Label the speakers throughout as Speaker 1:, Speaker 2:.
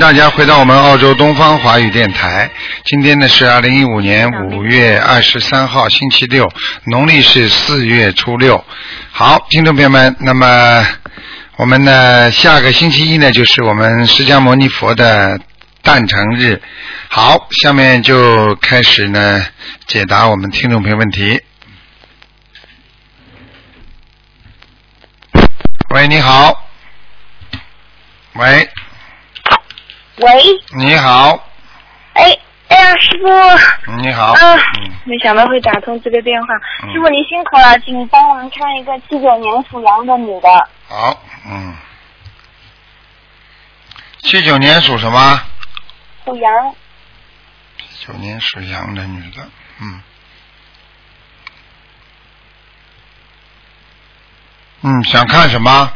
Speaker 1: 大家回到我们澳洲东方华语电台。今天呢是二零一五年五月二十三号，星期六，农历是四月初六。好，听众朋友们，那么我们呢下个星期一呢就是我们释迦牟尼佛的诞辰日。好，下面就开始呢解答我们听众朋友问题。喂，你好。喂，
Speaker 2: 喂，
Speaker 1: 你好，
Speaker 2: 哎哎呀，师傅，
Speaker 1: 你好。
Speaker 2: 啊
Speaker 1: 嗯，
Speaker 2: 没想到会打通这个电话，
Speaker 1: 嗯
Speaker 2: 师傅您辛苦了，请帮我们看一个七九年属羊的女的，
Speaker 1: 好，嗯，七九年属什么？
Speaker 2: 属羊，
Speaker 1: 九年属羊的女的，嗯，嗯，想看什么？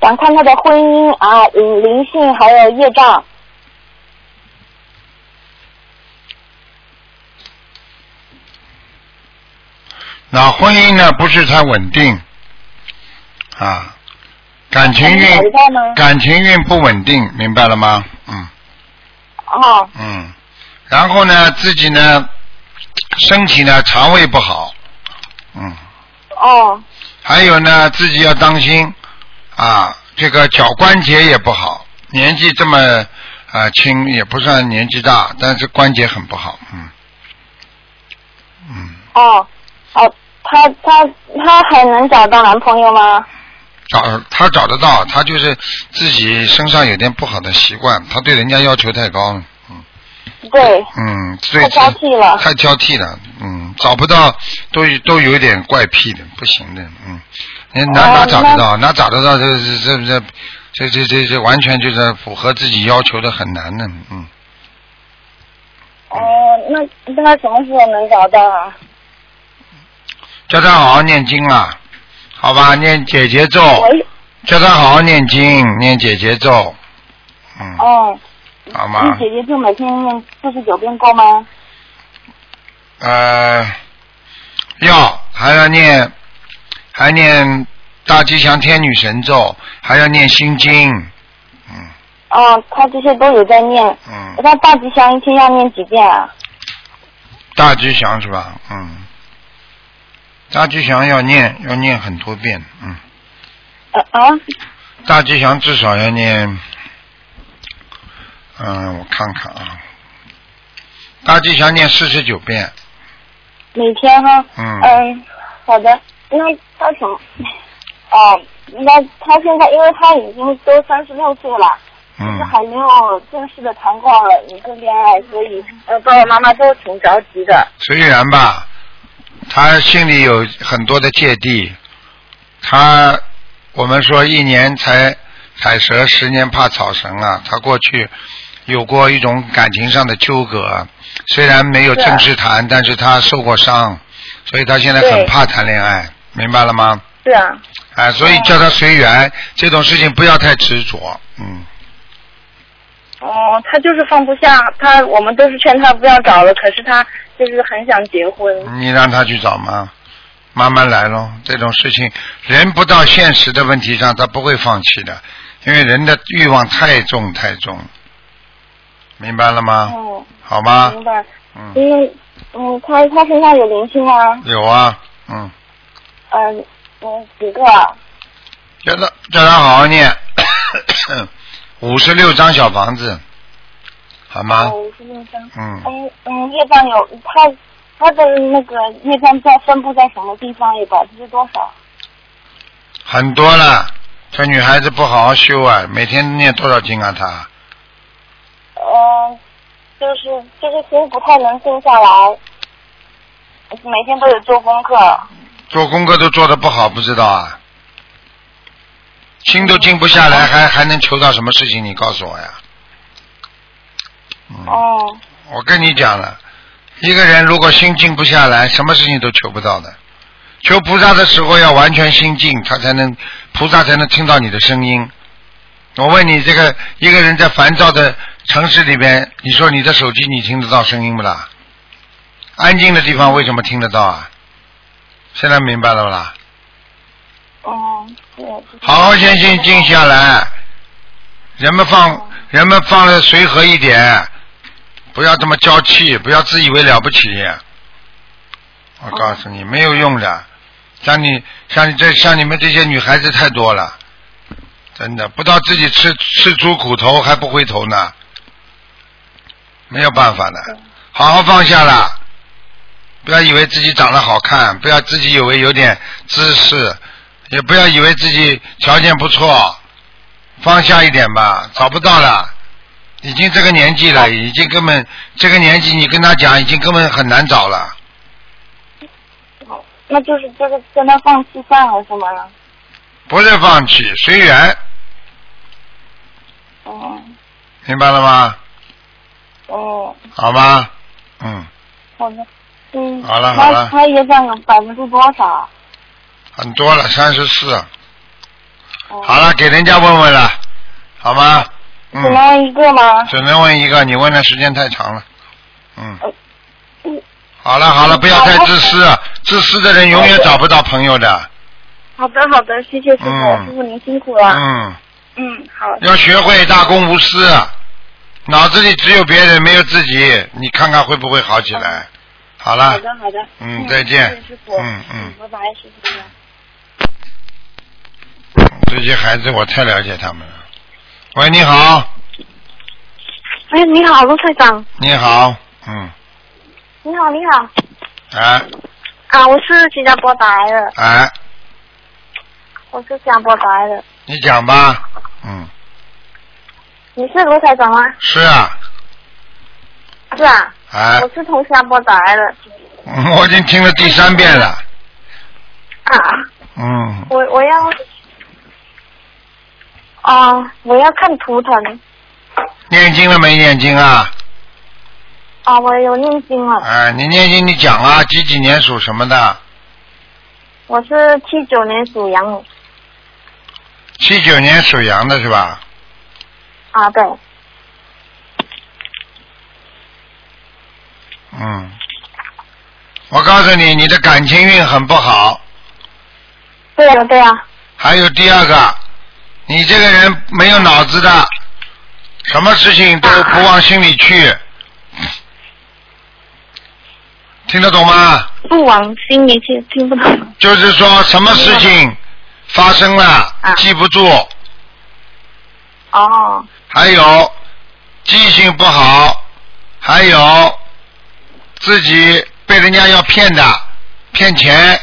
Speaker 2: 想看她的婚姻啊、嗯，灵性还有业障，
Speaker 1: 那婚姻呢不是太稳定，啊，感情运
Speaker 2: 还有改善呢
Speaker 1: 感情运不稳定，明白了吗？嗯
Speaker 2: 哦，
Speaker 1: 嗯，然后呢自己呢身体呢肠胃不好，嗯。
Speaker 2: 哦，
Speaker 1: 还有呢，自己要当心啊，这个脚关节也不好，年纪这么啊、呃轻，也不算年纪大，但是关节很不好，嗯，嗯，
Speaker 2: 哦，哦，她她她还能找到男朋友吗？
Speaker 1: 找他找得到，他就是自己身上有点不好的习惯，他对人家要求太高了，嗯
Speaker 2: 对，
Speaker 1: 嗯，对
Speaker 2: 太
Speaker 1: 自
Speaker 2: 挑剔了，
Speaker 1: 太挑剔了，嗯，找不到都都有点怪癖的，不行的，嗯，你哪哪
Speaker 2: 哦
Speaker 1: 找得到，哪找得到这这这这这这这这完全就是符合自己要求的很难的，嗯，
Speaker 2: 哦、那那她什么时候能找到啊？
Speaker 1: 叫他好好念经啊，好吧，念解结咒，
Speaker 2: 喂，
Speaker 1: 叫他好好念经，念解结咒，嗯，
Speaker 2: 哦，
Speaker 1: 好
Speaker 2: 你
Speaker 1: 吗？
Speaker 2: 姐姐就每天念四十九遍够吗？
Speaker 1: 呃，要还要念，还念大吉祥天女神咒，还要念心经，嗯
Speaker 2: 哦，她这些都有在念。
Speaker 1: 嗯。
Speaker 2: 那大吉祥一天要念几遍啊？
Speaker 1: 大吉祥是吧？嗯，大吉祥要念要念很多遍，嗯，
Speaker 2: 呃啊，
Speaker 1: 大吉祥至少要念，嗯，我看看啊，大吉祥念四十九遍，
Speaker 2: 每天哈。
Speaker 1: 嗯
Speaker 2: 嗯，好的。那他什么？哦，那他现在，因为他已经都三十六岁了，就
Speaker 1: 嗯
Speaker 2: 是，还没有正式的谈过一个恋爱，所以呃，爸爸妈妈都挺着急的。
Speaker 1: 虽然吧，他心里有很多的芥蒂，他我们说一年才踩蛇，十年怕草绳啊。他过去有过一种感情上的纠葛，啊虽然没有
Speaker 2: 是
Speaker 1: 正式谈，但是他受过伤，所以他现在很
Speaker 2: 对
Speaker 1: 怕谈恋爱，明白了吗？
Speaker 2: 是啊，
Speaker 1: 啊，所以叫他随缘，这种事情不要太执着，嗯，
Speaker 2: 哦，他就是放不下他，我们都是劝他不要找了，可是他就是很想结婚。
Speaker 1: 你让他去找嘛，慢慢来咯。这种事情，人不到现实的问题上，他不会放弃的，因为人的欲望太重太重，明白了吗？
Speaker 2: 哦，
Speaker 1: 好吗？
Speaker 2: 明白。
Speaker 1: 嗯，
Speaker 2: 因为嗯，他他身上有灵性啊，
Speaker 1: 有啊，嗯，
Speaker 2: 嗯嗯，几个啊？
Speaker 1: 叫他叫他好好念， 五十六张小房子，好吗？
Speaker 2: 哦，是那张。
Speaker 1: 嗯，
Speaker 2: 嗯嗯，业障有他他的那个业障在分布在什么地方？有百分之多少？
Speaker 1: 很多了。这女孩子不好好修啊，每天念多少经啊？她
Speaker 2: 嗯，就是就是心不太能静下来，每天都有做功课。
Speaker 1: 做功课都做的不好，不知道啊，心都静不下来，还还能求到什么事情？你告诉我呀。嗯，
Speaker 2: 哦、
Speaker 1: 我跟你讲了，一个人如果心静不下来，什么事情都求不到的。求菩萨的时候要完全心静，他才能菩萨才能听到你的声音。我问你，这个一个人在烦躁的城市里边，你说你的手机你听得到声音不啦？安静的地方为什么听得到啊？现在明白了不啦？
Speaker 2: 嗯，对。
Speaker 1: 好好先先静下来，人们放人们放的随和一点，不要这么娇气，不要自以为了不起。我告诉你，没有用的。像你像你这像你们这些女孩子太多了，真的不知道自己吃吃出苦头还不回头呢，没有办法的，好好放下了。不要以为自己长得好看，不要自己以为有点知识，也不要以为自己条件不错，放下一点吧，找不到了，已经这个年纪了，已经根本这个年纪你跟他讲，已经根本很难找了。
Speaker 2: 那就是就是跟他放弃算了是吗？
Speaker 1: 不是放弃，随缘，
Speaker 2: 嗯
Speaker 1: 明白了吗？
Speaker 2: 嗯，
Speaker 1: 好吗？嗯，
Speaker 2: 好的，嗯。
Speaker 1: 好了好
Speaker 2: 那
Speaker 1: 了
Speaker 2: 他也占了百分之多少啊？
Speaker 1: 很多了，三十四，
Speaker 2: 嗯、
Speaker 1: 好了，给人家问问了，好吗？
Speaker 2: 只
Speaker 1: 嗯，
Speaker 2: 能一个吗？
Speaker 1: 只能问一个，你问的时间太长了，嗯。
Speaker 2: 嗯，
Speaker 1: 好了嗯好了，不要太自私，啊自私的人永远找不到朋友的。
Speaker 2: 好的好的，谢谢师傅，
Speaker 1: 嗯
Speaker 2: 师傅您辛苦了。
Speaker 1: 嗯，
Speaker 2: 嗯，好，
Speaker 1: 要学会大公无私，啊脑子里只有别人没有自己，你看看会不会好起来？好了
Speaker 2: 好，的好的。
Speaker 1: 嗯再见
Speaker 2: 谢谢师傅。
Speaker 1: 嗯嗯
Speaker 2: 拜拜，师傅。
Speaker 1: 嗯这些孩子我太了解他们了。喂，你好，
Speaker 3: 哎，你好，陆队长。
Speaker 1: 你好，嗯，
Speaker 3: 你好，你好。
Speaker 1: 哎
Speaker 3: 啊，我是新加坡打来的，
Speaker 1: 哎，
Speaker 3: 我是新加坡打来的。
Speaker 1: 你讲吧，嗯，
Speaker 3: 你是卢台长吗？
Speaker 1: 是啊，
Speaker 3: 是啊，
Speaker 1: 哎
Speaker 3: 我，是从新加坡打来的。
Speaker 1: 嗯我已经听了第三遍了，
Speaker 3: 啊，
Speaker 1: 嗯，
Speaker 3: 我我要，啊，我要看图腾。
Speaker 1: 念经了没念经啊？
Speaker 3: 啊，我有念经了，
Speaker 1: 哎，你念经你讲啊，几几年属什么的？
Speaker 3: 我是七九年属羊的。
Speaker 1: 七九年属羊的是吧？
Speaker 3: 啊，对，
Speaker 1: 嗯，我告诉你，你的感情运很不好。
Speaker 3: 对啊，对啊，
Speaker 1: 还有第二个，你这个人没有脑子的，什么事情都不往心里去，听得懂吗？
Speaker 3: 不往心里去，听不懂。
Speaker 1: 就是说什么事情发生了
Speaker 3: 啊
Speaker 1: 记不住，
Speaker 3: 哦，
Speaker 1: 还有记性不好，还有自己被人家要骗的，骗钱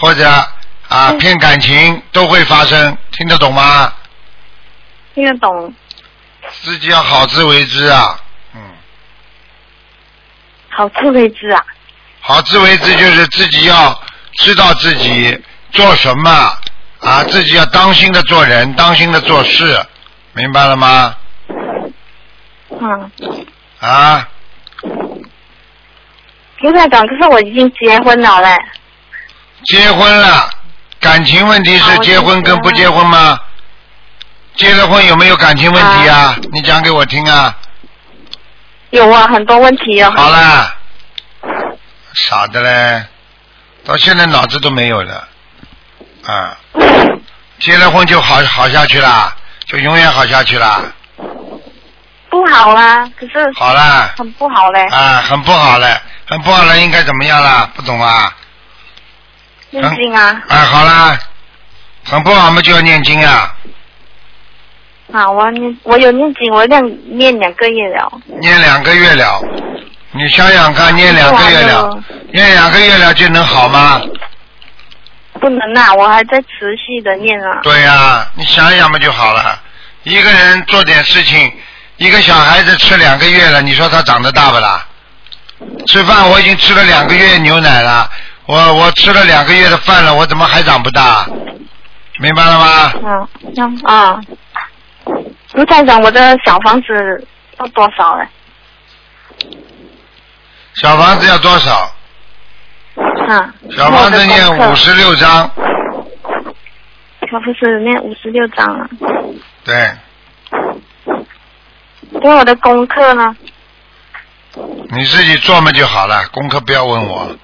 Speaker 1: 或者啊
Speaker 3: 嗯
Speaker 1: 骗感情都会发生，听得懂吗？
Speaker 3: 听得懂。
Speaker 1: 自己要好自为之啊，嗯，
Speaker 3: 好自为之啊。
Speaker 1: 好自为之就是自己要知道自己做什么啊，自己要当心的做人，当心的做事，明白了吗？
Speaker 3: 嗯，
Speaker 1: 啊，
Speaker 3: 卢台长，可是我已经结婚了嘞。
Speaker 1: 结婚了，感情问题是
Speaker 3: 啊我
Speaker 1: 结婚
Speaker 3: 知道
Speaker 1: 跟不结婚吗？结了婚有没有感情问题啊？你讲给我听啊！
Speaker 3: 有啊，很多问题哦。
Speaker 1: 好啦，傻的嘞，到现在脑子都没有了，啊，结了婚就好好下去啦，就永远好下去啦，
Speaker 3: 不好啦，可是
Speaker 1: 好啦，
Speaker 3: 很不好嘞。
Speaker 1: 啊，很不好嘞，很不好了，应该怎么样啦？不懂啊？
Speaker 3: 念经啊，
Speaker 1: 啊，好啦，很不好嘛就要念经啊，
Speaker 3: 啊，我要念，我有念经，我念念两个月了。
Speaker 1: 念两个月了，你想想看，念两个月了，念两个月了就能好
Speaker 3: 啊
Speaker 1: 吗？
Speaker 3: 不能啊，我还在持续的念啊。
Speaker 1: 对呀、你想一想嘛就好了。一个人做点事情，一个小孩子吃两个月了，你说他长得大不啦？吃饭我已经吃了两个月牛奶了，我我吃了两个月的饭了，我怎么还长不大？明白了吗？
Speaker 3: 嗯，嗯啊。卢台长，我的小房子要多少嘞？
Speaker 1: 小房子要多少？
Speaker 3: 啊，
Speaker 1: 小房子念
Speaker 3: 我的功课
Speaker 1: 五，十六章，
Speaker 3: 小不是念五十六章啊。
Speaker 1: 对，
Speaker 3: 那我的功课呢？
Speaker 1: 你自己做嘛就好了，功课不要问我。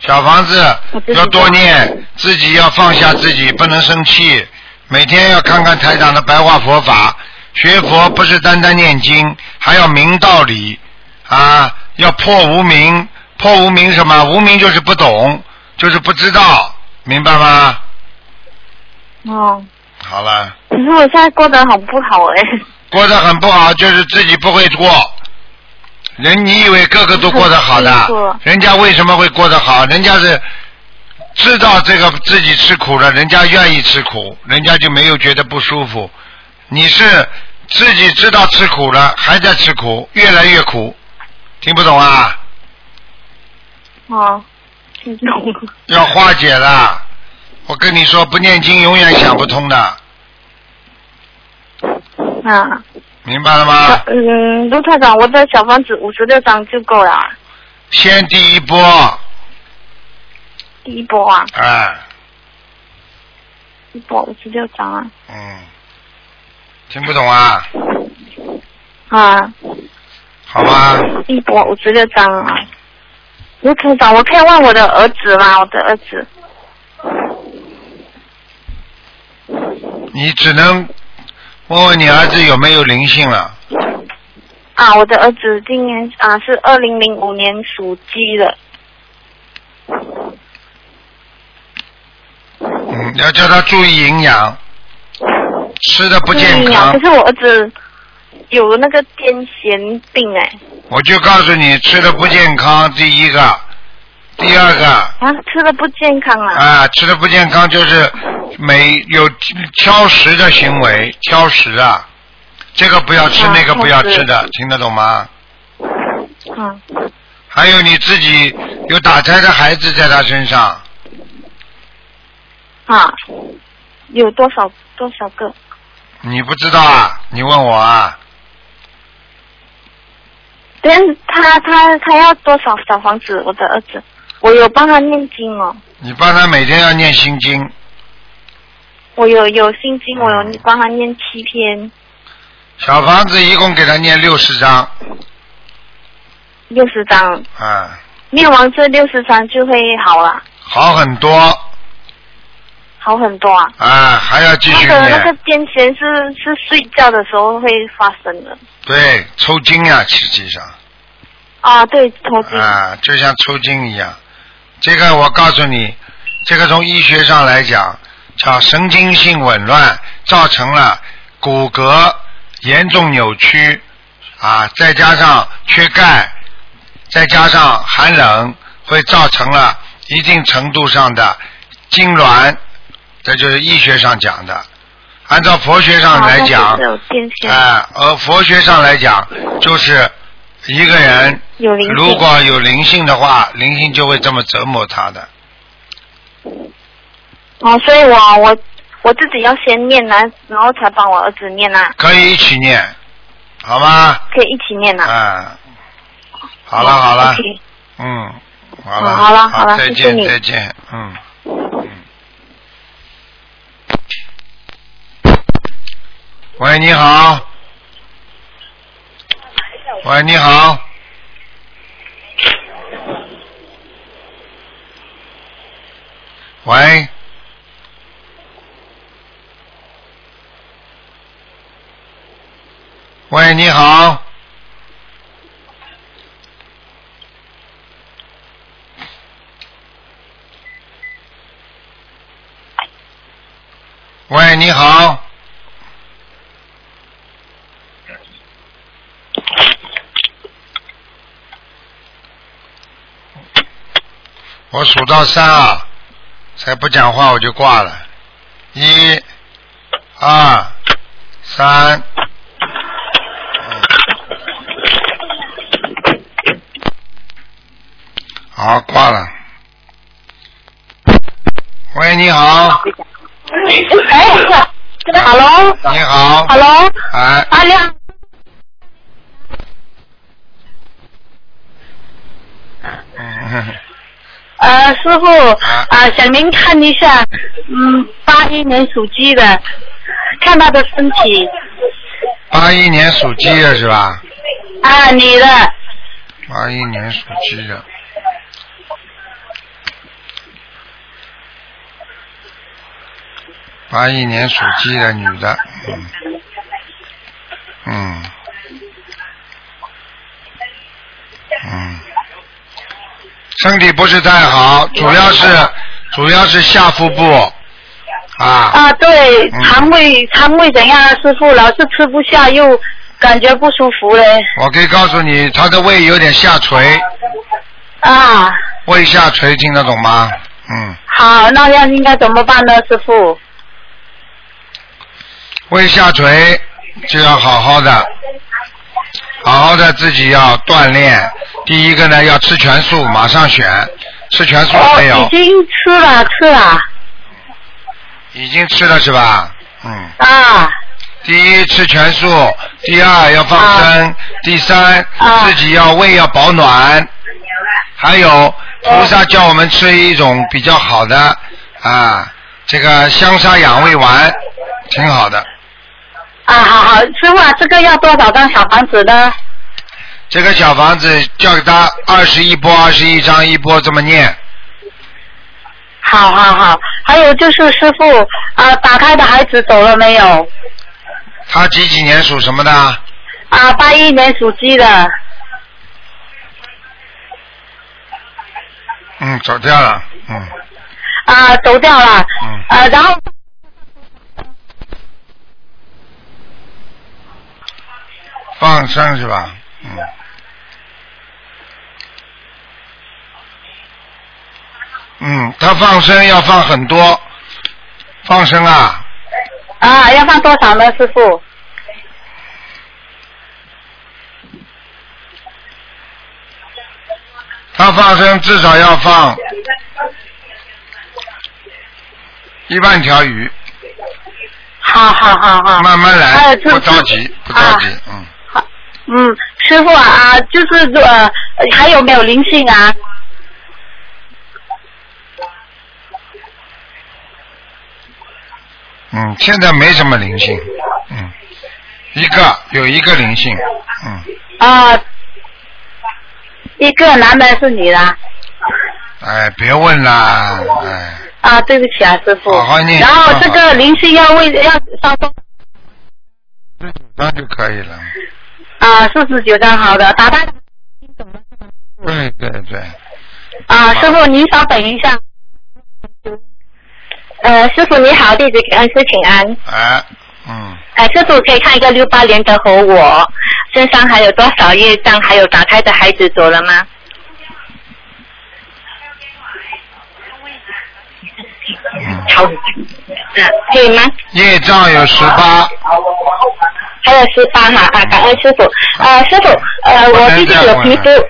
Speaker 1: 小房子
Speaker 3: 我自己
Speaker 1: 要多
Speaker 3: 做
Speaker 1: 念，自己要放下自己，不能生气。每天要看看台长的白话佛法，学佛不是单单念经，还要明道理啊，要破无明。破无明什么？无明就是不懂，就是不知道，明白吗？
Speaker 3: 哦，
Speaker 1: 好了，
Speaker 3: 可是我现在过得很不好哎。
Speaker 1: 过得很不好，就是自己不会过。人你以为个个都过得好
Speaker 3: 很
Speaker 1: 的
Speaker 3: 辛苦，
Speaker 1: 人家为什么会过得好？人家是知道这个自己吃苦了，人家愿意吃苦，人家就没有觉得不舒服。你是自己知道吃苦了，还在吃苦，越来越苦，听不懂啊？
Speaker 3: 哦，听懂了。
Speaker 1: 要化解了。我跟你说，不念经永远想不通的，
Speaker 3: 啊，
Speaker 1: 明白了吗？
Speaker 3: 嗯，卢台长，我的小房子五十六张就够了，啊
Speaker 1: 先第一波，
Speaker 3: 第一波啊，
Speaker 1: 哎，
Speaker 3: 一波五十六张啊。
Speaker 1: 嗯，听不懂啊？
Speaker 3: 啊，
Speaker 1: 好吧，
Speaker 3: 一波五十六张啊。卢台长，我可以问我的儿子吗？我的儿子，
Speaker 1: 你只能问问你儿子有没有灵性了。
Speaker 3: 啊，我的儿子今年啊是二零零五年属鸡的。
Speaker 1: 嗯，要叫他注意营养，吃的不健
Speaker 3: 对呀
Speaker 1: 康
Speaker 3: 嗯可。是我儿子有那个癫痫病哎、
Speaker 1: 我就告诉你，吃的不健康，第一个，第二个，
Speaker 3: 啊，吃的不健康啊。
Speaker 1: 啊，吃的不健康就是没有挑食的行为，挑食啊，这个不要吃，
Speaker 3: 啊
Speaker 1: 那个不要
Speaker 3: 挑食
Speaker 1: 吃的，听得懂吗？
Speaker 3: 啊
Speaker 1: 还有你自己有打胎的孩子在他身上，
Speaker 3: 啊，有多少多少个？
Speaker 1: 你不知道啊？你问我啊？
Speaker 3: 但是他他他要多少小房子？我的儿子，我有帮他念经哦，
Speaker 1: 你帮他每天要念心经，
Speaker 3: 我有有心
Speaker 1: 嗯
Speaker 3: 经，我有帮他念七篇，
Speaker 1: 小房子一共给他念六十章，
Speaker 3: 六十章，
Speaker 1: 啊，
Speaker 3: 念完这六十章就会好了，
Speaker 1: 好很多
Speaker 3: 好很多啊。
Speaker 1: 啊，还要继
Speaker 3: 他
Speaker 1: 续
Speaker 3: 的那个
Speaker 1: 念。
Speaker 3: 癫痫是是睡觉的时候会发生的
Speaker 1: 对，抽筋呀、实际上
Speaker 3: 啊，对，头巾
Speaker 1: 啊，就像抽筋一样。这个我告诉你，这个从医学上来讲，叫神经性紊乱，造成了骨骼严重扭曲啊，再加上缺钙，再加上寒冷，会造成了一定程度上的痉挛，这就是医学上讲的。按照佛学上来
Speaker 3: 啊
Speaker 1: 讲
Speaker 3: 他就是，有癫痫，
Speaker 1: 啊，而佛学上来讲，就是一个人
Speaker 3: 有灵性
Speaker 1: 如果有灵性的话，灵性就会这么折磨他的。
Speaker 3: 哦，所以我我我自己要先念啊，然后才帮我儿子念啊，
Speaker 1: 可以一起念，好吗？
Speaker 3: 可以一起念啊。
Speaker 1: 啊，好了好了
Speaker 3: OK，
Speaker 1: 嗯，好了
Speaker 3: 嗯好了好了
Speaker 1: 再
Speaker 3: 谢谢
Speaker 1: 见
Speaker 3: 你
Speaker 1: 再见，嗯。嗯喂，你好。喂，你好。喂。喂，你好。喂，你好。我数到三啊，才不讲话我就挂了。一、二、三。好，挂了。喂，你好，
Speaker 4: 哎，hello
Speaker 1: 你好，
Speaker 4: hello，
Speaker 1: 哎，
Speaker 4: 阿亮，
Speaker 1: 嗯，
Speaker 4: 呃，师傅，
Speaker 1: 啊
Speaker 4: 啊，
Speaker 5: 呃
Speaker 4: 想您看一下，嗯，八一年属鸡的，看他的身体，
Speaker 1: 八一年属鸡的是吧？
Speaker 4: 啊，女的，
Speaker 1: 八一年属鸡的。八一年属鸡的女的，嗯，嗯，嗯，身体不是太好，主要是主要是下腹部啊，
Speaker 5: 啊，对
Speaker 1: 嗯，
Speaker 5: 肠胃肠胃怎样啊，师傅？老是吃不下，又感觉不舒服嘞。
Speaker 1: 我可以告诉你，他的胃有点下垂，
Speaker 5: 啊，
Speaker 1: 胃下垂，听得懂吗？嗯，
Speaker 5: 好，那要应该怎么办呢，师傅？
Speaker 1: 胃下垂就要好好的，好好的自己要锻炼。第一个呢，要吃全素，马上选，吃全素了没有？
Speaker 5: 哦，已经吃了吃了
Speaker 1: 已经吃了是吧？嗯。
Speaker 5: 啊
Speaker 1: 第一吃全素，第二要放生，第三、
Speaker 5: 啊
Speaker 1: 自己要胃要保暖，还有菩萨叫我们吃一种比较好的啊，这个香砂养胃丸，挺好的。
Speaker 5: 啊，好好，师傅啊，这个要多少张小房子呢？
Speaker 1: 这个小房子叫他二十一波，二十一张一波这么念，
Speaker 5: 好好好，还有就是师傅啊，打开的孩子走了没有？
Speaker 1: 他几几年属什么的？
Speaker 5: 啊，八一年属鸡的，
Speaker 1: 嗯，走掉了，嗯
Speaker 5: 啊，走掉了，
Speaker 1: 嗯。
Speaker 5: 啊，然后
Speaker 1: 放生是吧？嗯。嗯，他放生要放很多，放生啊，
Speaker 5: 啊，要放多少呢，师傅？
Speaker 1: 他放生至少要放一万条鱼，
Speaker 5: 好好好好，
Speaker 1: 慢慢
Speaker 5: 啊还
Speaker 1: 来，
Speaker 5: 有就
Speaker 1: 不
Speaker 5: 是啊
Speaker 1: 着急，不着急，嗯，
Speaker 5: 好，嗯，师傅啊，啊就是呃，还有没有灵性啊？
Speaker 1: 嗯，现在没什么灵性，嗯，一个有一个灵性，嗯，
Speaker 5: 啊，一个男的是女的啊？
Speaker 1: 哎，别问啦，哎，
Speaker 5: 啊，对不起啊，师傅。
Speaker 1: 好好念
Speaker 5: 然后这
Speaker 1: 好好
Speaker 5: 个灵性要为要烧多
Speaker 1: 那就可以了，
Speaker 5: 啊，四十九张好的，打败
Speaker 1: 对对对，
Speaker 5: 啊，师傅您稍等一下。
Speaker 3: 呃，师傅你好，弟子给呃恩师请安。
Speaker 1: 哎，嗯。
Speaker 3: 呃，师傅可以看一个六八年的猴我身上还有多少业障，还有打胎的孩子走了吗？
Speaker 1: 嗯
Speaker 3: 好，嗯，可以吗？
Speaker 1: 业障有十八，
Speaker 3: 还有十八哈啊，感恩师傅。呃，师傅，呃，
Speaker 1: 不能
Speaker 3: 我弟弟
Speaker 1: 再
Speaker 3: 有
Speaker 1: 问
Speaker 3: 皮
Speaker 1: 了
Speaker 3: 肤，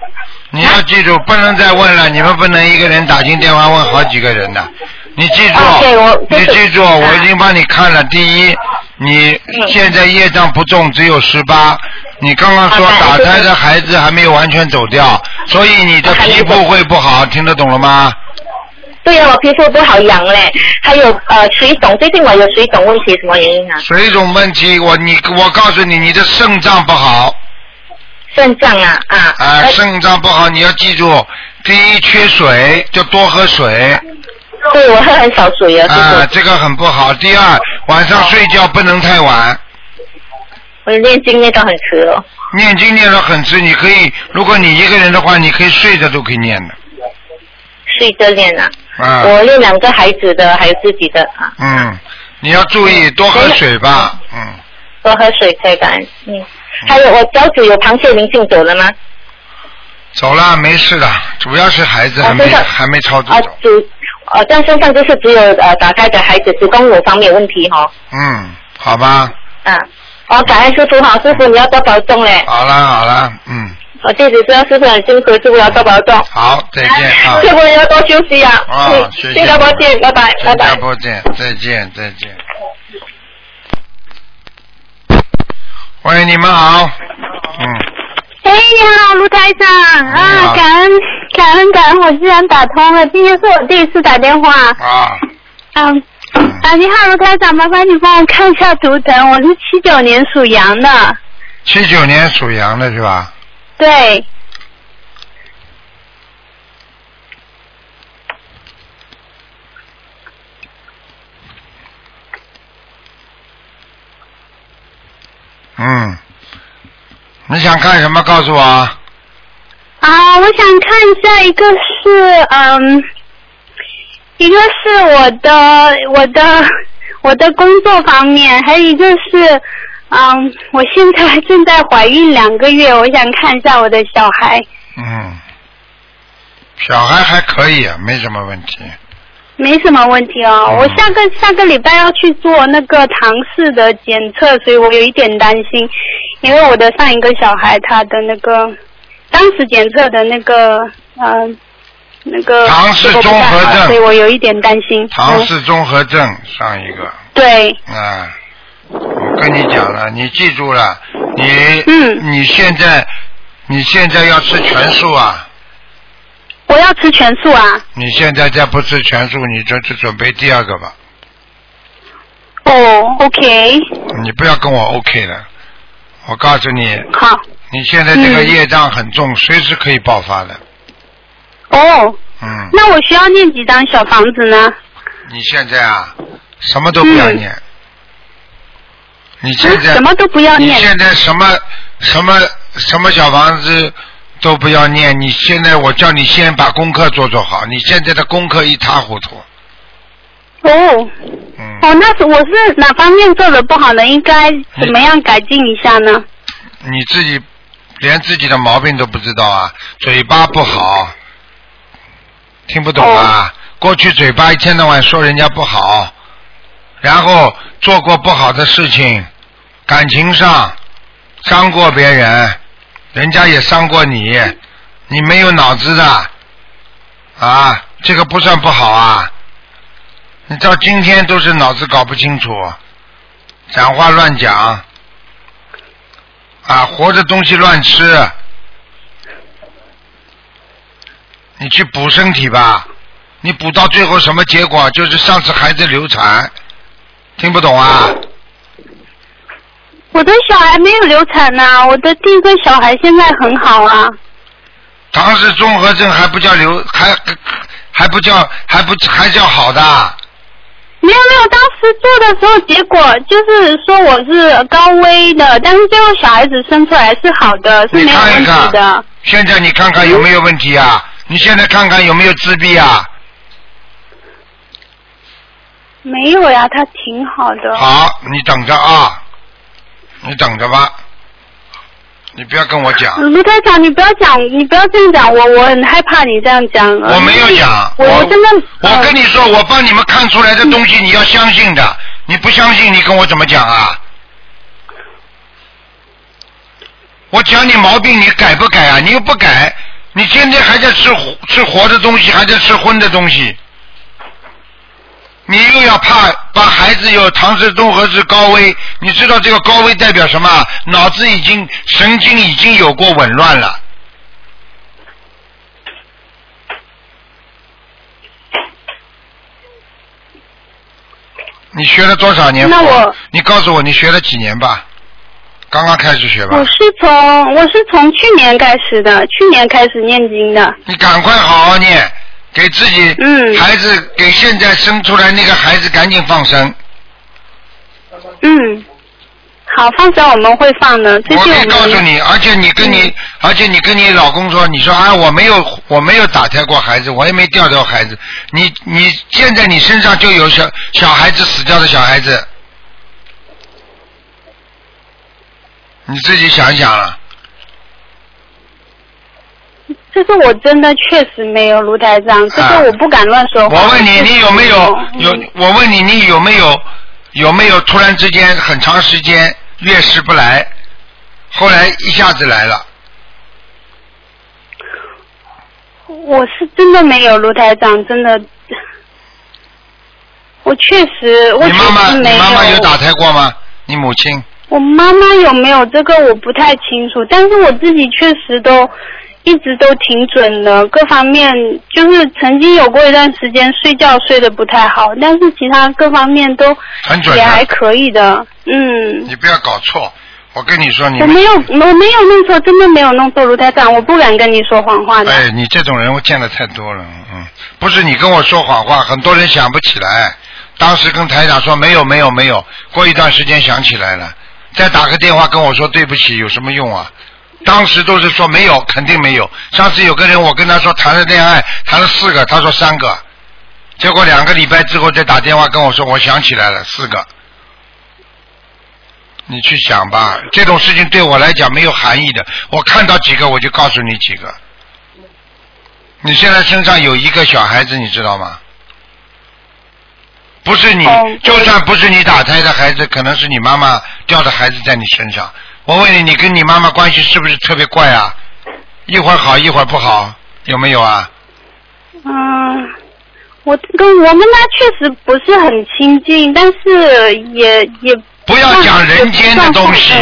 Speaker 1: 你要记住，不能再问了。你们不能一个人打进电话问好几个人的。你记住
Speaker 3: 啊对我，
Speaker 1: 你记住，
Speaker 3: 啊
Speaker 1: 我已经帮你看了。第一，你
Speaker 3: 嗯
Speaker 1: 现在业障不重，只有十八。你刚刚说
Speaker 3: 啊
Speaker 1: 打
Speaker 3: 感恩
Speaker 1: 胎
Speaker 3: 师
Speaker 1: 的孩子还没有完全走掉，所以你的
Speaker 3: 啊感恩
Speaker 1: 皮
Speaker 3: 师
Speaker 1: 肤会不好，听得懂了吗？
Speaker 3: 对啊呀，我皮肤不好痒嘞，还有呃水肿，最近我有水肿问题，什么原因啊？
Speaker 1: 水肿问题，我你我告诉你，你的肾脏不好。
Speaker 3: 肾脏啊啊。
Speaker 1: 啊，
Speaker 3: 呃
Speaker 1: 肾脏不好，你要记住，第一缺水，就多喝水。
Speaker 3: 对，我喝很少水啊，师
Speaker 1: 啊、
Speaker 3: 傅。
Speaker 1: 这个很不好。第二，
Speaker 3: 嗯
Speaker 1: 晚上睡觉不能太晚，
Speaker 3: 我念经念到很迟哦。
Speaker 1: 念经念得很迟。你可以，如果你一个人的话，你可以睡着都可以念的。
Speaker 3: 睡着念啊。
Speaker 1: 啊、
Speaker 3: 我有两个孩子的，还有自己的啊，
Speaker 1: 嗯，你要注意
Speaker 3: 嗯
Speaker 1: 多喝水吧。嗯，
Speaker 3: 多喝水才感恩。嗯，还有我脚趾有螃蟹灵性走了吗？
Speaker 1: 走了，没事的，主要是孩子
Speaker 3: 啊
Speaker 1: 还没、
Speaker 3: 真的
Speaker 1: 还没超度
Speaker 3: 啊
Speaker 1: 走。，
Speaker 3: 主呃，但身上就是只有呃打开的孩子子宫有方面有问题哈、哦。
Speaker 1: 嗯，好吧，
Speaker 3: 啊，哦，感恩师傅哈，师傅你要多保重嘞。
Speaker 1: 好了好了，嗯，
Speaker 3: 我弟子知道师傅很辛苦，师傅要多保重。
Speaker 1: 好，再见啊
Speaker 3: 师。傅要多休息啊。
Speaker 1: 啊
Speaker 3: 嗯
Speaker 1: 谢谢
Speaker 3: 新加坡见，拜拜，拜
Speaker 1: 新
Speaker 3: 拜
Speaker 1: 加。坡见，再见再见。喂，你们好。嗯。
Speaker 6: 哎，你好，卢台长
Speaker 1: 你好
Speaker 6: 啊，感恩感恩感恩，我居然打通了，今天是我第一次打电话。
Speaker 1: 啊，
Speaker 6: 啊
Speaker 1: 嗯
Speaker 6: 啊，你好，卢台长，麻烦你帮我看一下图腾，我是七九年属羊的，
Speaker 1: 七九年属羊的是吧？
Speaker 6: 对，
Speaker 1: 嗯，你想看什么？告诉我啊。
Speaker 6: 啊，我想看一下，一个是嗯，一个是我的我的我的工作方面，还有一个是嗯，我现在正在怀孕两个月，我想看一下我的小孩。
Speaker 1: 嗯，小孩还可以，啊，没什么问题。
Speaker 6: 没什么问题哦，
Speaker 1: 嗯
Speaker 6: 我下个下个礼拜要去做那个唐氏的检测，所以我有一点担心，因为我的上一个小孩他的那个当时检测的那个呃那个
Speaker 1: 唐氏
Speaker 6: 结果不
Speaker 1: 综
Speaker 6: 太
Speaker 1: 合
Speaker 6: 好
Speaker 1: 症
Speaker 6: 所以我有一点担心。
Speaker 1: 唐
Speaker 6: 嗯
Speaker 1: 氏综合症上一个
Speaker 6: 对，
Speaker 1: 啊，我跟你讲了，你记住了，你、
Speaker 6: 嗯
Speaker 1: 你现在你现在要吃全素啊，
Speaker 6: 我要吃全素啊。
Speaker 1: 你现在再不吃全素，你准准准备第二个吧，
Speaker 6: 哦，OK，
Speaker 1: 你不要跟我 OK 了，我告诉你，
Speaker 6: 好，
Speaker 1: 你现在这个
Speaker 6: 嗯
Speaker 1: 业障很重，随时可以爆发的，
Speaker 6: 哦，
Speaker 1: 嗯，
Speaker 6: 那我需要念几张小房子呢？
Speaker 1: 你现在啊，什么都不要念，你现在
Speaker 6: 嗯什么都不要
Speaker 1: 你
Speaker 6: 念，
Speaker 1: 现在什么什么什么小房子都不要念，你现在我叫你先把功课做做好，你现在的功课一塌糊涂。
Speaker 6: 哦。
Speaker 1: 嗯，
Speaker 6: 哦，那是我是哪方面做的不好呢？应该怎么样改进一下
Speaker 1: 哎
Speaker 6: 呢？
Speaker 1: 你自己连自己的毛病都不知道啊，嘴巴不好，听不懂啊？过去嘴巴一天到晚说人家不好，然后做过不好的事情，感情上伤过别人，人家也伤过你，你没有脑子的啊，这个不算不好啊。你到今天都是脑子搞不清楚，讲话乱讲，啊，活着东西乱吃，你去补身体吧，你补到最后什么结果？就是上次孩子流产，听不懂啊？
Speaker 6: 我的小孩没有流产呐、我的第一个小孩现在很好啊。
Speaker 1: 唐氏综合症还不叫流，还还不叫还不还叫好的，
Speaker 6: 没有没有，当时做的时候，结果就是说我是高危的，但是最后小孩子生出来是好的，是
Speaker 1: 你
Speaker 6: 没有
Speaker 1: 看
Speaker 6: 问
Speaker 1: 一
Speaker 6: 题
Speaker 1: 看
Speaker 6: 的。，
Speaker 1: 现在你看看有没有问题啊？你现在看看有没有自闭啊？
Speaker 6: 没有呀，他挺好的。
Speaker 1: 好，你等着啊，你等着吧，你不要跟我讲。
Speaker 6: 卢台长，你不要讲，你不要这样讲，我我很害怕你这样讲。呃
Speaker 1: 我没有讲，
Speaker 6: 我
Speaker 1: 我
Speaker 6: 真的。
Speaker 1: 我
Speaker 6: 呃
Speaker 1: 跟你说，我帮你们看出来的东西，你要相信的。你不相信，你跟我怎么讲啊？我讲你毛病，你改不改啊？你又不改，你天天还在吃活吃活的东西，还在吃荤的东西，你又要怕把孩子有唐氏综合症高危，你知道这个高危代表什么啊？脑子已经神经已经有过紊乱了。你学了多少年佛？
Speaker 6: 那我
Speaker 1: 你告诉我，你学了几年吧？刚刚开始学吧
Speaker 6: 我。是从我是从去年开始的，去年开始念经的。
Speaker 1: 你赶快好好念，给自己
Speaker 6: 嗯
Speaker 1: 孩子，给现在生出来那个孩子赶紧放生。
Speaker 6: 嗯，好，放生我们会放的。最
Speaker 1: 我
Speaker 6: 近
Speaker 1: 可以
Speaker 6: 我
Speaker 1: 告
Speaker 6: 们
Speaker 1: 诉你，而且你跟
Speaker 6: 嗯
Speaker 1: 你，而且你跟你老公说，你说啊，我没有，我没有打胎过孩子，我也没掉掉孩子。你你现在你身上就有小小孩子死掉的小孩子，你自己想一想了。
Speaker 6: 这是我真的确实没有卢台长，这
Speaker 1: 啊
Speaker 6: 个我不敢乱说话。
Speaker 1: 我问你，你有没有有
Speaker 6: 嗯？
Speaker 1: 我问你，你有没有有没有突然之间很长时间月事不来，后来一下子来了？
Speaker 6: 我是真的没有卢台长，真的，我确实我
Speaker 1: 你
Speaker 6: 确
Speaker 1: 妈妈，
Speaker 6: 实
Speaker 1: 你
Speaker 6: 没
Speaker 1: 妈妈有打胎过吗？你母亲？
Speaker 6: 我妈妈有没有这个我不太清楚，但是我自己确实都一直都挺准的，各方面就是曾经有过一段时间睡觉睡得不太好，但是其他各方面都
Speaker 1: 很准
Speaker 6: 也
Speaker 1: 的
Speaker 6: 还可以的，嗯。
Speaker 1: 你不要搞错，我跟你说，你
Speaker 6: 我
Speaker 1: 们
Speaker 6: 没有，我没有弄错，真的没有弄错，卢台长，我不敢跟你说谎话的。
Speaker 1: 哎，你这种人我见的太多了，嗯，不是你跟我说谎话，很多人想不起来。当时跟台长说没有没有没有，过一段时间想起来了，再打个电话跟我说对不起有什么用啊？当时都是说没有，肯定没有。上次有个人，我跟他说谈了恋爱，谈了四个，他说三个，结果两个礼拜之后再打电话跟我说，我想起来了，四个。你去想吧，这种事情对我来讲没有含义的。我看到几个我就告诉你几个。你现在身上有一个小孩子，你知道吗？不是你，就算不是你打胎的孩子，可能是你妈妈掉的孩子在你身上。我问你，你跟你妈妈关系是不是特别怪啊？一会儿好，一会儿不好，有没有啊？
Speaker 6: 嗯，我跟我们家确实不是很亲近，但是也也
Speaker 1: 不要讲人间的东西，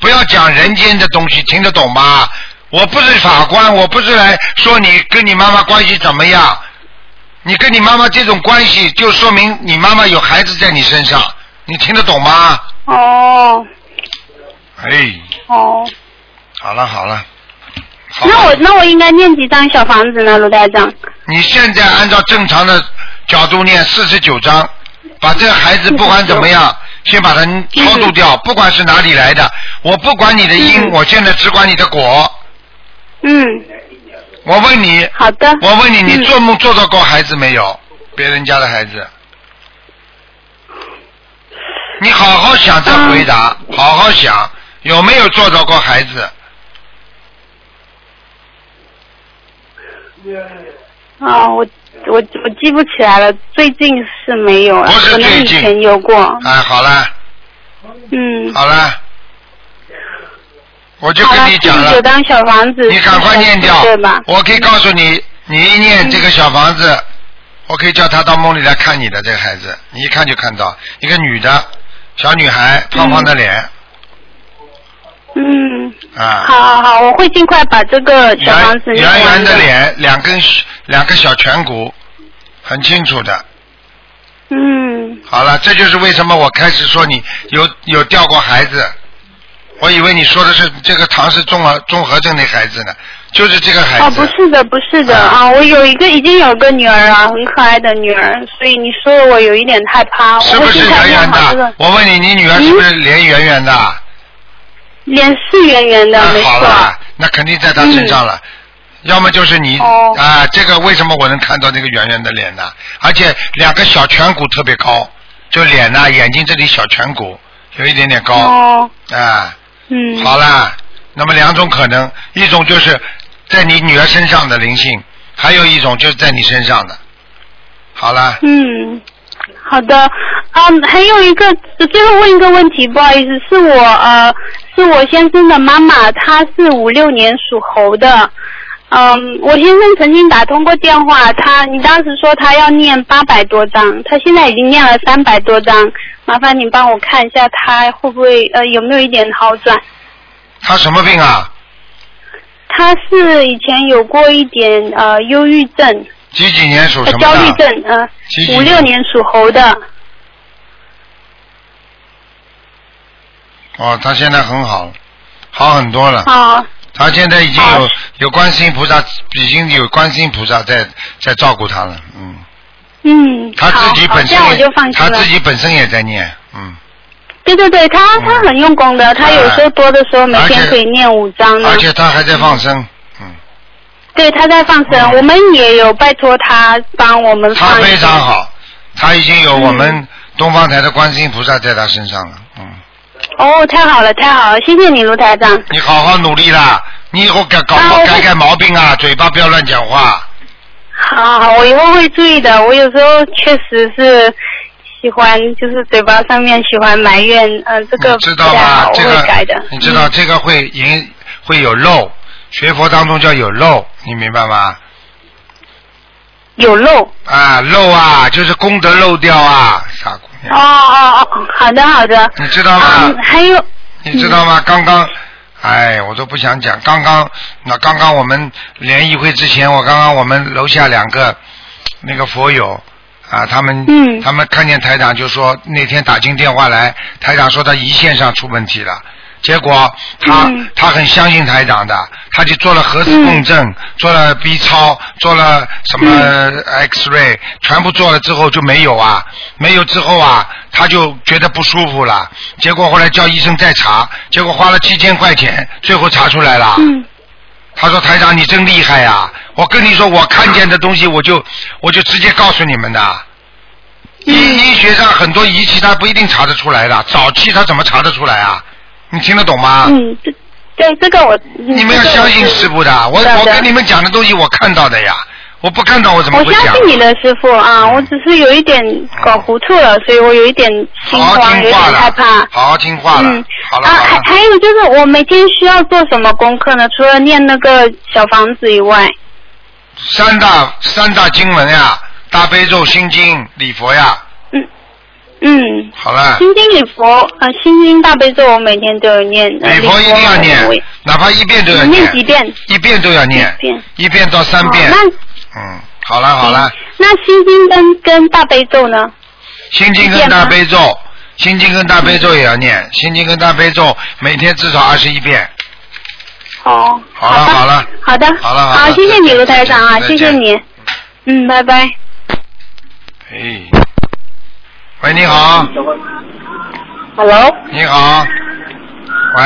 Speaker 1: 不要讲人间的东西，听得懂吗？我不是法官，我不是来说你跟你妈妈关系怎么样。你跟你妈妈这种关系，就说明你妈妈有孩子在你身上，你听得懂吗？
Speaker 6: 哦
Speaker 1: 哎，
Speaker 6: 哦，
Speaker 1: 好了好了，好吧
Speaker 6: 那我那我应该念几张小房子呢，卢台长？
Speaker 1: 你现在按照正常的角度念四十九章，把这个孩子不管怎么样，先把他超度
Speaker 6: 嗯
Speaker 1: 掉，不管是哪里来的，我不管你的因，我现在只管你的果。
Speaker 6: 嗯，
Speaker 1: 我问你，
Speaker 6: 好的。
Speaker 1: 我问
Speaker 6: 嗯
Speaker 1: 你，你做梦做到过孩子没有？别人家的孩子？你好好想再回答，
Speaker 6: 嗯
Speaker 1: 好好想，有没有做到过孩子？
Speaker 6: 啊、我我我记不起来了，最近是没有了，
Speaker 1: 不是
Speaker 6: 可能
Speaker 1: 最
Speaker 6: 以
Speaker 1: 近
Speaker 6: 前有过。
Speaker 1: 哎，好了，
Speaker 6: 嗯，
Speaker 1: 好了，我就跟你讲
Speaker 6: 好
Speaker 1: 了
Speaker 6: 了，九。张小房子，
Speaker 1: 你赶快念掉
Speaker 6: 对吧？。嗯
Speaker 1: 我可以告诉你，你一念这个小房子，我可以叫他到梦里来看你的这个孩子，你一看就看到一个女的小女孩，胖胖的脸
Speaker 6: 嗯，
Speaker 1: 啊，
Speaker 6: 好好好，我会尽快把这个小房
Speaker 1: 圆
Speaker 6: 子念完
Speaker 1: 圆圆的。脸，两根两个小颧骨，很清楚的。
Speaker 6: 嗯，
Speaker 1: 好了，这就是为什么我开始说你有有掉过孩子，我以为你说的是这个唐氏综合综合症那孩子呢，就是这个孩
Speaker 6: 哦，
Speaker 1: 子。
Speaker 6: 不是的，不是的
Speaker 1: 啊
Speaker 6: 啊，我有一个已经有个女儿啊，很可爱的女儿，所以你说我有一点害怕，
Speaker 1: 是
Speaker 6: 啊我
Speaker 1: 不
Speaker 6: 会
Speaker 1: 是
Speaker 6: 尽
Speaker 1: 圆
Speaker 6: 快念
Speaker 1: 圆
Speaker 6: 好这个
Speaker 1: 的？。我问你，你女儿是不是脸圆圆的？
Speaker 6: 脸是圆圆的，没
Speaker 1: 那啊好
Speaker 6: 错。嗯
Speaker 1: 了，那肯定在她身上了。要么就是你
Speaker 6: 哦
Speaker 1: 啊，这个为什么我能看到那个圆圆的脸呢？而且两个小颧骨特别高，就脸呐、眼睛这里小颧骨有一点点高
Speaker 6: 哦，
Speaker 1: 啊。
Speaker 6: 嗯，
Speaker 1: 好啦，那么两种可能，一种就是在你女儿身上的灵性，还有一种就是在你身上的。好啦，
Speaker 6: 嗯，好的，嗯，还有一个，最后问一个问题，不好意思，是我呃，是我先生的妈妈，她是五六年属猴的，嗯，我先生曾经打通过电话，他你当时说他要念八百多章，他现在已经念了三百多章，麻烦你帮我看一下他会不会呃有没有一点好转。
Speaker 1: 她什么病啊？
Speaker 6: 他是以前有过一点呃忧郁症、
Speaker 1: 几几年属
Speaker 6: 呃
Speaker 1: 什么的？
Speaker 6: 焦虑症，呃
Speaker 1: 几几，
Speaker 6: 五六年属猴的，
Speaker 1: 哦，他现在很好了，好很多了。
Speaker 6: 啊、
Speaker 1: 他现在已经有
Speaker 6: 啊
Speaker 1: 有观世音菩萨，已经有观世音菩萨在在照顾他了。嗯，
Speaker 6: 嗯，
Speaker 1: 他自己
Speaker 6: 好
Speaker 1: 本身
Speaker 6: 好这样我
Speaker 1: 也
Speaker 6: 就放心
Speaker 1: 他
Speaker 6: 了。
Speaker 1: 自己本身也在念。嗯，
Speaker 6: 对对对，他
Speaker 1: 嗯
Speaker 6: 他很用功的，他有时候多的时候每
Speaker 1: 而且
Speaker 6: 天可以念五章呢
Speaker 1: 而。且他还在放生。嗯，
Speaker 6: 对，他在放生，
Speaker 1: 嗯
Speaker 6: 我们也有拜托他帮我们
Speaker 1: 他
Speaker 6: 嗯放。
Speaker 1: 非常。好，他已经有我
Speaker 6: 嗯
Speaker 1: 们东方台的观世音菩萨在他身上了。嗯，
Speaker 6: 哦，太好了，太好了，谢谢你，卢台长。
Speaker 1: 你好好努力啦，你以后改搞
Speaker 6: 啊我会
Speaker 1: 改改毛病啊，嘴巴不要乱讲话。
Speaker 6: 好好好，我以后会注意的。我有时候确实是喜欢，就是嘴巴上面喜欢埋怨，呃，这个
Speaker 1: 你知
Speaker 6: 不
Speaker 1: 道
Speaker 6: 太
Speaker 1: 吗
Speaker 6: 好，？我
Speaker 1: 这
Speaker 6: 会
Speaker 1: 个
Speaker 6: 改的。嗯
Speaker 1: 你知道这个会引会有漏，学佛当中叫有漏，你明白吗？
Speaker 6: 有漏。
Speaker 1: 啊，漏啊，就是功德漏掉啊，傻姑
Speaker 6: 哦
Speaker 1: 娘，
Speaker 6: 哦哦，好的好的。
Speaker 1: 你知道吗
Speaker 6: 嗯，还有。
Speaker 1: 你知道吗？刚刚，哎，我都不想讲。刚刚，那刚刚我们联谊会之前，我刚刚我们楼下两个那个佛友啊，他们、
Speaker 6: 嗯
Speaker 1: 他们看见台长就说那天打进电话来，台长说他胰腺上出问题了。结果他、他很相信台长的，他就做了核磁共振，做了 B 超，做了什么 X ray，、全部做了之后就没有啊，没有之后啊，他就觉得不舒服了。结果后来叫医生再查，结果花了七千块钱，最后查出来了。
Speaker 6: 嗯
Speaker 1: 他说：“台长，你真厉害呀、我跟你说，我看见的东西，我就我就直接告诉你们的。
Speaker 6: 嗯
Speaker 1: 医医学上很多仪器，它不一定查得出来的。早期它怎么查得出来啊？你听得懂吗？
Speaker 6: 嗯，这对这个我
Speaker 1: 你们要相信师傅的。我我跟你们讲的东西，我看到的呀。我不看到我怎么
Speaker 6: 我
Speaker 1: 会讲嗯
Speaker 6: 相？信你的师傅啊，我只是有一点搞糊涂了，所以我有一点心
Speaker 1: 好好
Speaker 6: 慌，有
Speaker 1: 听
Speaker 6: 点
Speaker 1: 话了，
Speaker 6: 害怕。
Speaker 1: 好好听话了。
Speaker 6: 嗯
Speaker 1: 好了
Speaker 6: 啊，
Speaker 1: 好
Speaker 6: 还
Speaker 1: 了，
Speaker 6: 还有就是，我每天需要做什么功课呢？除了念那个小房子以外，
Speaker 1: 三大三大经文呀，大悲咒、心经、礼佛呀，
Speaker 6: 嗯，
Speaker 1: 好了。
Speaker 6: 心经礼佛啊，心经大悲咒我每天都有念。呃
Speaker 1: 礼佛一定要
Speaker 6: 我
Speaker 1: 念，哪怕一遍都要
Speaker 6: 我念几遍？
Speaker 1: 一遍都要念
Speaker 6: 一，遍。
Speaker 1: 一遍到三遍。
Speaker 6: 哦
Speaker 1: 嗯，好了好了，
Speaker 6: 那那心经跟跟大悲咒呢？
Speaker 1: 心经
Speaker 6: 一
Speaker 1: 跟
Speaker 6: 遍
Speaker 1: 大
Speaker 6: 吗
Speaker 1: 悲咒，心经跟大悲咒也要念，心经跟大悲咒每天至少二十一遍。
Speaker 6: 哦，
Speaker 1: 好了好
Speaker 6: 好吧
Speaker 1: 了，
Speaker 6: 好的，
Speaker 1: 好了好了
Speaker 6: 好，谢谢
Speaker 1: 再
Speaker 6: 你
Speaker 1: 见
Speaker 6: 卢台长啊，
Speaker 1: 再
Speaker 6: 谢
Speaker 1: 见
Speaker 6: 谢你，嗯，拜拜。
Speaker 1: 哎，喂，你好，
Speaker 7: Hello，
Speaker 1: 你好， 喂，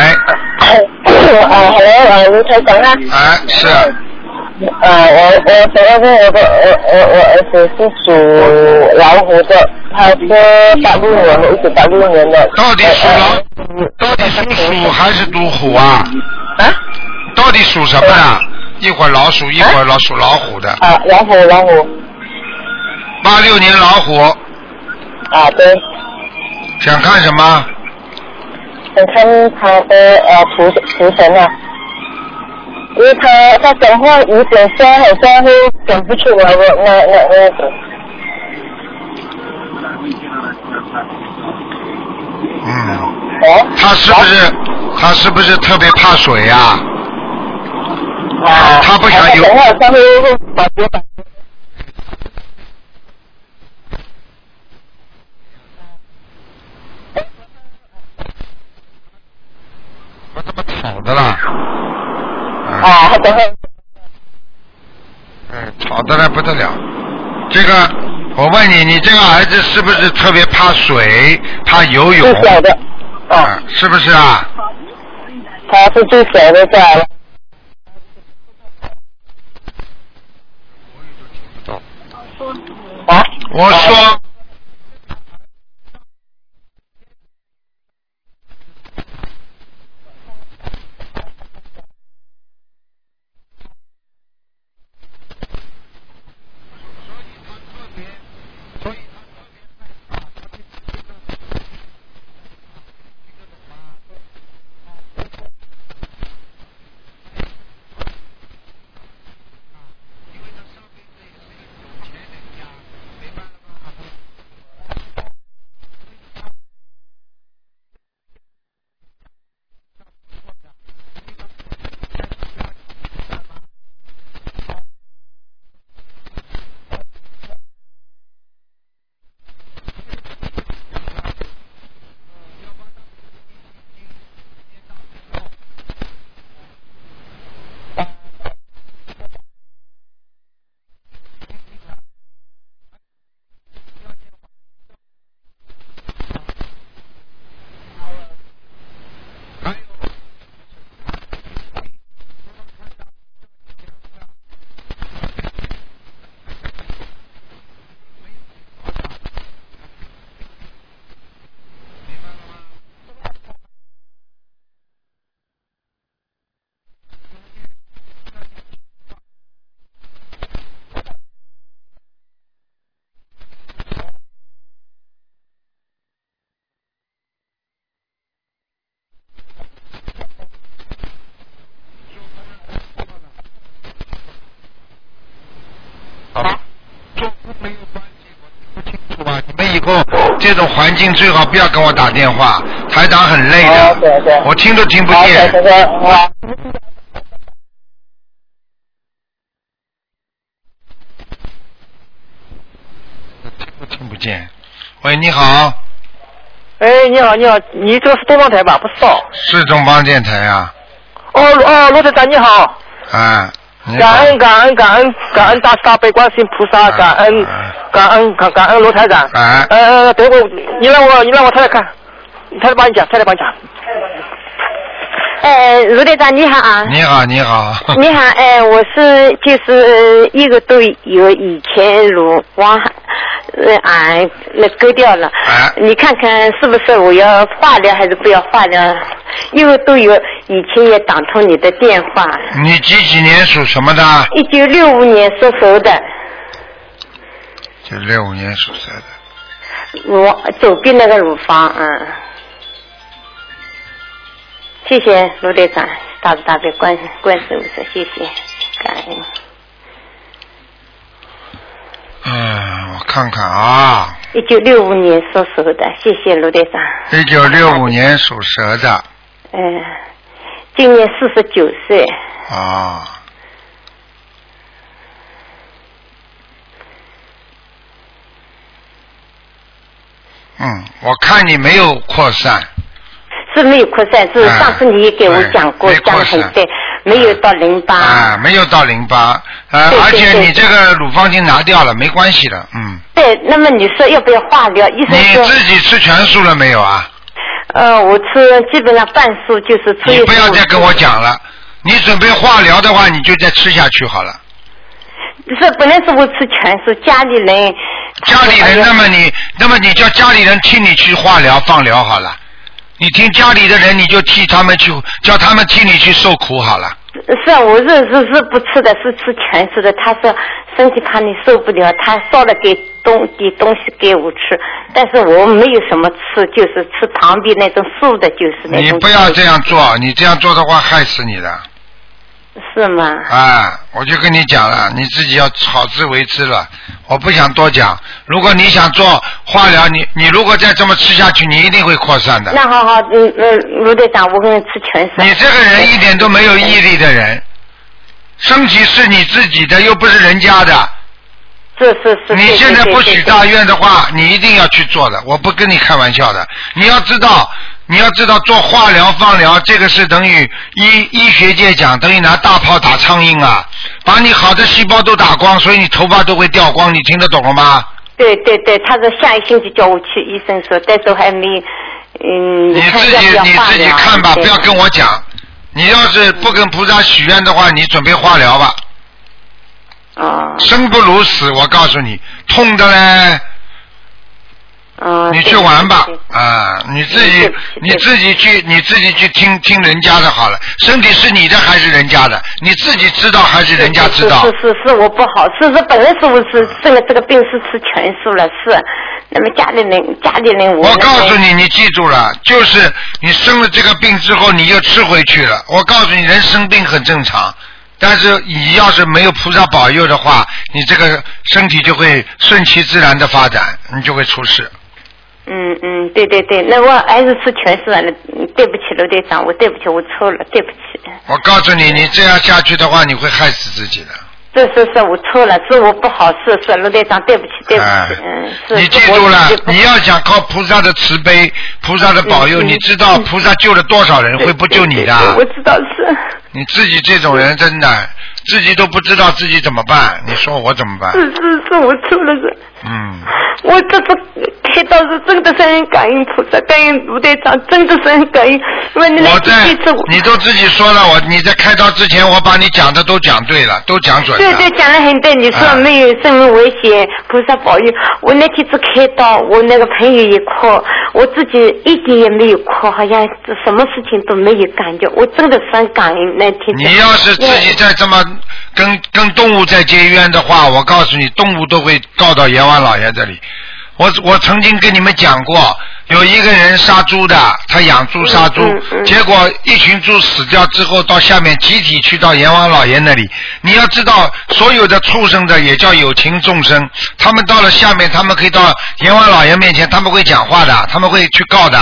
Speaker 7: 呃，Hello，呃，卢台长啊，
Speaker 1: 哎，是，
Speaker 7: 呃，我我昨天问我的我我我儿子是属老虎的，他是八六年的，一九八六年的。
Speaker 1: 到底属老，到底属鼠还是属虎啊？
Speaker 7: 嗯啊？
Speaker 1: 到底属什么的？一会儿老鼠，一会儿老鼠老虎的，
Speaker 7: 啊，老虎老虎
Speaker 1: 八六年老虎，
Speaker 7: 啊，对，
Speaker 1: 想看什么？
Speaker 7: 想看他的呃图图腾啊，因为他他讲话有点像，好像会讲不出来的那那那种。
Speaker 1: 嗯，
Speaker 7: 哦，
Speaker 1: 他是不是他是不是特别怕水呀、
Speaker 7: 啊，
Speaker 1: 他不想有
Speaker 7: 讲话好像会会把别把。
Speaker 1: 我怎么吵的啦？嗯
Speaker 7: 啊，他讲话
Speaker 1: 嗯，吵的来不得了。这个，我问你，你这个儿子是不是特别怕水、怕游泳
Speaker 7: 最？小的，啊
Speaker 1: 啊，，是不是啊？
Speaker 7: 他是最小的在。啊？
Speaker 1: 我说，好吧，中午没有关系，我听不清楚啊。你们以后这种环境最好不要跟我打电话，台长很累
Speaker 7: 啊，
Speaker 1: 的，
Speaker 7: 对对。
Speaker 1: 我听都听不
Speaker 7: 好，
Speaker 1: 见。
Speaker 7: 小哥哥，啊。
Speaker 1: 听不见。喂，你好。
Speaker 8: 哎，你好，你好，你这个是东方台吧？不是少。
Speaker 1: 是中邦电台啊，
Speaker 8: 哦哦，罗队长你好，
Speaker 1: 啊，你
Speaker 8: 哎感
Speaker 1: 好，
Speaker 8: 恩哎感恩感恩感恩大慈大悲观世音菩萨，
Speaker 1: 啊
Speaker 8: 感恩
Speaker 1: 啊
Speaker 8: 感恩感感恩罗台长。
Speaker 1: 啊
Speaker 8: 呃，等会儿你让我你让我太太看，太太帮你讲，太太帮你讲。
Speaker 3: 哎，卢队长你好啊！
Speaker 1: 你好，你好，
Speaker 3: 你好，哎，我是就是一个都有以前乳房呃癌那割掉了，
Speaker 1: 哎
Speaker 3: 你看看是不是我要化疗还是不要化疗？因为都有以前也打通你的电话，
Speaker 1: 你几几年属什么的？
Speaker 3: 一九六五年属猴的，
Speaker 1: 九六五年属蛇的，
Speaker 3: 乳左边那个乳房，嗯，谢谢卢队长，大慈大悲关关心我说谢谢，感恩。
Speaker 1: 嗯，我看看啊，
Speaker 3: 一九六五年属蛇的，谢谢卢队长。
Speaker 1: 一九六五年属蛇的
Speaker 3: 嗯、今年四十九岁，
Speaker 1: 啊，嗯，我看你没有扩散，
Speaker 3: 是没有扩散，是
Speaker 1: 哎
Speaker 3: 上次你也给我讲过，
Speaker 1: 哎没
Speaker 3: 讲
Speaker 1: 扩
Speaker 3: 得
Speaker 1: 散
Speaker 3: 很对，没有到淋巴。
Speaker 1: 啊，没有到淋巴，啊，
Speaker 3: 对
Speaker 1: 而且
Speaker 3: 对
Speaker 1: 你这个乳房已经拿掉了，没关系的，嗯，
Speaker 3: 对，那么你说要不要化疗？医生
Speaker 1: 你
Speaker 3: 说，
Speaker 1: 自己吃全素了没有啊？
Speaker 3: 呃，我吃基本上半数就是初一
Speaker 1: 你
Speaker 3: 十五
Speaker 1: 不要再跟我。讲了，你准备化疗的话，你就再吃下去好了。
Speaker 3: 是本来是我吃全素，家里人。
Speaker 1: 家里人，那
Speaker 3: 他说
Speaker 1: 么你，那么你叫家里人替你去化疗、放疗好了。你听家里的人，你就替他们去，叫他们替你去受苦好了。
Speaker 3: 哎呀是啊，我是是是不吃的，是吃全素的。他说身体怕你受不了，他烧了给东给东西给我吃，但是我没有什么吃，就是吃旁边那种素的，就是那
Speaker 1: 你
Speaker 3: 种。
Speaker 1: 不要这。样做，你这样做的话害死你的。
Speaker 3: 是吗？
Speaker 1: 啊，我就跟你讲了，你自己要好自为之了。我不想多讲。如果你想做化疗，你你如果再这么吃下去，你一定会扩散的。
Speaker 3: 那好好，嗯嗯，卢队长，我跟你吃全素。
Speaker 1: 你这个人一点都没有毅力的人，身体是你自己的，又不是人家的。
Speaker 3: 是是是。
Speaker 1: 你
Speaker 3: 对
Speaker 1: 现在不许大。
Speaker 3: 对对对对
Speaker 1: 愿的话，你一定要去做的，我不跟你开玩笑的。你要知道，你要知道做化疗、放疗，这个是等于医医学界讲，等于拿大炮打苍蝇啊，把你好的细胞都打光，所以你头发都会掉光，你听得懂了吗？
Speaker 3: 对对对，他说下一星期叫我去医生说，但是我还没，嗯，
Speaker 1: 你
Speaker 3: 看
Speaker 1: 自
Speaker 3: 要
Speaker 1: 己
Speaker 3: 不要
Speaker 1: 你
Speaker 3: 化
Speaker 1: 自己
Speaker 3: 疗
Speaker 1: 看吧，
Speaker 3: 对
Speaker 1: 不要跟我讲。你要是不跟菩萨许愿的话，你准备化疗吧。
Speaker 3: 哦
Speaker 1: 生不如死，我告诉你，痛的嘞，
Speaker 3: 哦。
Speaker 1: 你
Speaker 3: 对
Speaker 1: 去玩吧
Speaker 3: 对对
Speaker 1: 啊！你自己
Speaker 3: 对对
Speaker 1: 你自己去你自己去听听人家的好了，身体是你的还是人家的？你自己知道还是人家知道
Speaker 3: 是？是是是我不好，是是本来是我是这个这个病是吃全素了，是，那么家里人家里人我
Speaker 1: 我告诉
Speaker 3: 你，
Speaker 1: 你，你记住了，就是你生了这个病之后，你又吃回去了。我告诉你，人生病很正常，但是你要是没有菩萨保佑的话，你这个身体就会顺其自然的发展，你就会出事。
Speaker 3: 嗯嗯，对对对，那我还是吃全素了，嗯对不起卢队长，我对不起，我错了，对不起。
Speaker 1: 我告诉你，你这样下去的话，你会害死自己的。
Speaker 3: 是是是，我错了，是我不好，是是卢队长，对不起，对不
Speaker 1: 哎
Speaker 3: 起，嗯，是。
Speaker 1: 你
Speaker 3: 是
Speaker 1: 记
Speaker 3: 我
Speaker 1: 住了
Speaker 3: 自己，不
Speaker 1: 你要想靠菩萨的慈悲、菩萨的保佑，
Speaker 3: 嗯嗯嗯
Speaker 1: 你知道菩萨救了多少人，会不救你
Speaker 3: 我
Speaker 1: 的？
Speaker 3: 知道是。
Speaker 1: 你自己这种人真的，自己都不知道自己怎么办，你说我怎么办
Speaker 3: 是？是是，我错了是，
Speaker 1: 嗯，
Speaker 3: 我这次开刀是真的是很感恩菩萨，感恩卢队长，真的是很感恩。因为你来
Speaker 1: 我
Speaker 3: 第
Speaker 1: 在
Speaker 3: 一次我，
Speaker 1: 你都自己说了，我你在开刀之前，我把你讲的都讲对了，都讲准
Speaker 3: 对对
Speaker 1: 了。，
Speaker 3: 讲的很对，你
Speaker 1: 啊
Speaker 3: 说没有生命危险，菩萨保佑。我那天只开刀，我那个朋友也哭，我自己一点也没有哭，好像什么事情都没有感觉，我真的是很感恩那天。
Speaker 1: 你要是自己再这么跟跟动物再结冤的话，我告诉你，动物都会告到阎王老爷这里。我我曾经跟你们讲过，有一个人杀猪的，他养猪杀猪，
Speaker 3: 嗯嗯
Speaker 1: 结果一群猪死掉之后，到下面集体去到阎王老爷那里。你要知道，所有的畜生的也叫有情众生，他们到了下面，他们可以到阎王老爷面前，他们会讲话的，他们会去告的。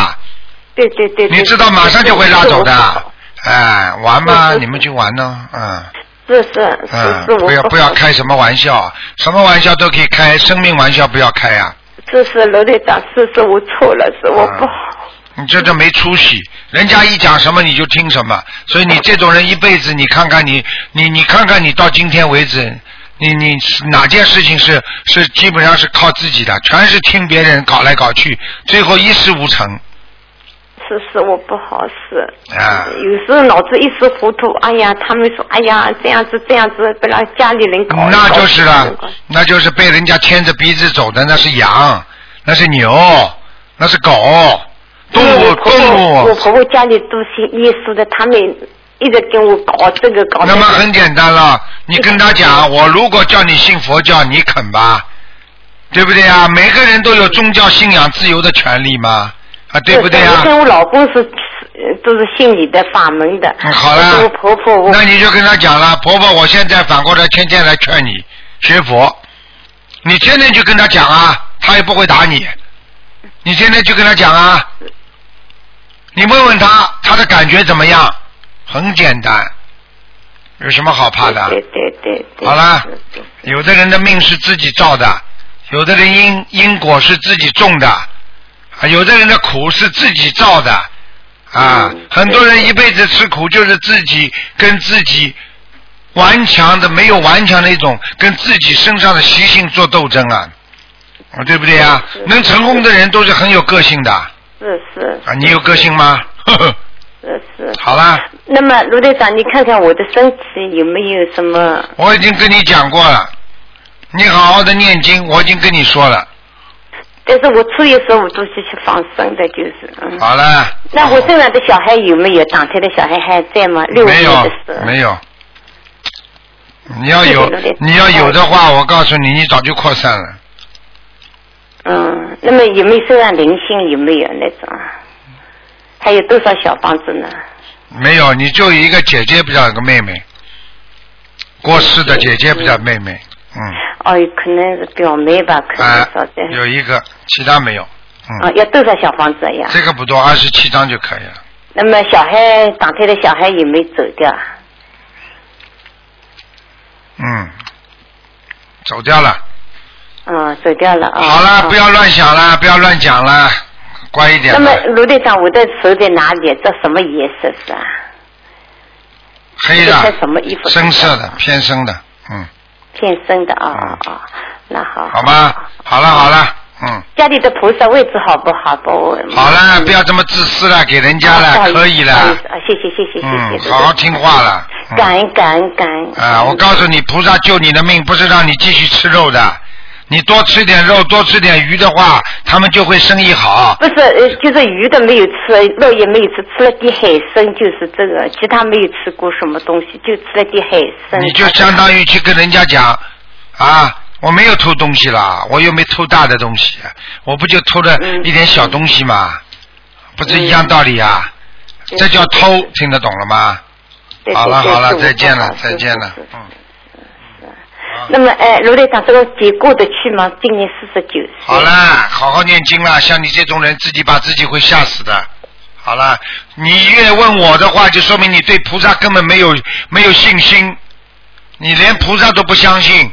Speaker 3: 对对对，对
Speaker 1: 你知道，马上就会拉走。
Speaker 3: 是我不好
Speaker 1: 的。哎，玩
Speaker 3: 是
Speaker 1: 吧，
Speaker 3: 是
Speaker 1: 你们去玩呢，嗯
Speaker 3: 是是是
Speaker 1: 嗯，
Speaker 3: 是，我
Speaker 1: 不要
Speaker 3: 不
Speaker 1: 不要
Speaker 3: 好
Speaker 1: 开什么玩笑，什么玩笑都可以开，生命玩笑不要开呀、啊
Speaker 3: 是是是罗队长，是是我错了，是我不好。
Speaker 1: 你这这没出息，人家一讲什么你就听什么，所以你这种人一辈子，你看看你，你你看看你到今天为止，你你哪件事情是是基本上是靠自己的，全是听别人搞来搞去，最后一事无成
Speaker 3: 是是我不好是，
Speaker 1: 啊！
Speaker 3: 有时候脑子一时糊涂，哎呀，他们说，哎呀，这样子这样子，本来家里人搞，
Speaker 1: 那就是
Speaker 3: 了
Speaker 1: 了，，那就是被人家牵着鼻子走的，那是羊，那是牛，那是狗，动
Speaker 3: 因为
Speaker 1: 物
Speaker 3: 我婆婆
Speaker 1: 动
Speaker 3: 我
Speaker 1: 物。
Speaker 3: 婆婆家里都信耶稣的，他们一直跟我搞这个搞
Speaker 1: 那
Speaker 3: 个
Speaker 1: 么很简单了，你跟他讲，我如果叫你信佛教，你肯吧？对不对啊？每个人都有宗教信仰自由的权利嘛，啊，对不对
Speaker 3: 是
Speaker 1: 啊
Speaker 3: 我？跟我老公是呃都是信你的法门的。
Speaker 1: 嗯好了
Speaker 3: 我跟我婆婆，我
Speaker 1: 那你就跟他讲了，婆婆，我现在反过来天天来劝你学佛，你天天去跟他讲啊，他也不会打你，你天天去跟他讲啊，你问问他他的感觉怎么样，很简单，有什么好怕的？啊
Speaker 3: 对对对对。
Speaker 1: 好啦
Speaker 3: 是是
Speaker 1: 有的人的命是自己造的，有的人因因果是自己种的，啊，有的人的苦是自己造的，啊，
Speaker 3: 嗯
Speaker 1: 很多人一辈子吃苦就是自己跟自己顽强的没有顽强的一种跟自己身上的习性做斗争啊，啊，对不对啊？
Speaker 3: 是是
Speaker 1: 能成功的人都是很有个性的啊，
Speaker 3: 是是
Speaker 1: 你有个性吗？ 呵呵，
Speaker 3: 是是。
Speaker 1: 好啦，
Speaker 3: 那么卢队长，你看看我的身体有没有什么？
Speaker 1: 我已经跟你讲过了，你好好的念经，我已经跟你说了，
Speaker 3: 但是我初一十五都是去放生的，就是嗯。
Speaker 1: 好了。
Speaker 3: 那我身上的小孩有没有打胎的小孩还在吗？六
Speaker 1: 没
Speaker 3: 岁
Speaker 1: 有
Speaker 3: 的时候。
Speaker 1: 没有，你要有
Speaker 3: 这个有点
Speaker 1: 你要有的话，我告诉你，你早就扩散了。
Speaker 3: 嗯，那么有没有身上灵性？有没有那种？啊还有多少小房子呢？
Speaker 1: 没有，你就一个姐姐比较有个妹妹，过世的姐姐比较妹妹，嗯，
Speaker 3: 哦，可能是表妹吧，可能
Speaker 1: 啊
Speaker 3: 少点。，
Speaker 1: 有一个，其他没有，
Speaker 3: 啊，
Speaker 1: 嗯，
Speaker 3: 要多少小房子呀？
Speaker 1: 这个不多，二十七张就可以了。
Speaker 3: 那么小孩打胎的小孩有没有走掉啊？
Speaker 1: 嗯，走掉了。
Speaker 3: 嗯，走掉了啊。
Speaker 1: 好了，
Speaker 3: 哦
Speaker 1: 不。要乱想了，不要乱讲了，乖一点
Speaker 3: 那
Speaker 1: 吧
Speaker 3: 么。卢队长，我的手在哪里？这什么颜色是啊？
Speaker 1: 黑
Speaker 3: 这
Speaker 1: 的
Speaker 3: 穿，什么衣服？
Speaker 1: 深色的，偏深的，嗯，
Speaker 3: 偏深的啊啊、哦哦那好。
Speaker 1: 好吧，好了好了，嗯。
Speaker 3: 家里的菩萨位置好不好？不，我
Speaker 1: 好了，不要这么自私了，给人家
Speaker 3: 啊不好
Speaker 1: 了，可
Speaker 3: 意思
Speaker 1: 以
Speaker 3: 不好意
Speaker 1: 了
Speaker 3: 思，啊，谢谢谢谢谢谢
Speaker 1: 嗯，
Speaker 3: 卢队长。
Speaker 1: 好好听话了。嗯
Speaker 3: 感恩感恩感恩。
Speaker 1: 啊，我告诉你，菩萨救你的命不是让你继续吃肉的，你多吃点肉，多吃点鱼的话，他们就会生意好
Speaker 3: 不。是，呃就是鱼的没有吃，肉也没有吃，吃了点海参，就是这个，其他没有吃过什么东西，就吃了点海参。
Speaker 1: 你就相当于去跟人家讲，啊，我没有偷东西啦，我又没偷大的东西，我不就偷了
Speaker 3: 嗯
Speaker 1: 一点小东西嘛，不是一样道理啊？
Speaker 3: 嗯
Speaker 1: 这叫偷，听得懂了吗？
Speaker 3: 对
Speaker 1: 好了好了，再见了再见。
Speaker 3: 对
Speaker 1: 了
Speaker 3: 对对是我不好是，
Speaker 1: 嗯。
Speaker 3: 是那么，哎，卢队长，这个节过得去吗？今年四十九岁。
Speaker 1: 好啦，好好念经啦！像你这种人，自己把自己会吓死的。好啦，你越问我的话，就说明你对菩萨根本没有没有信心，你连菩萨都不相信。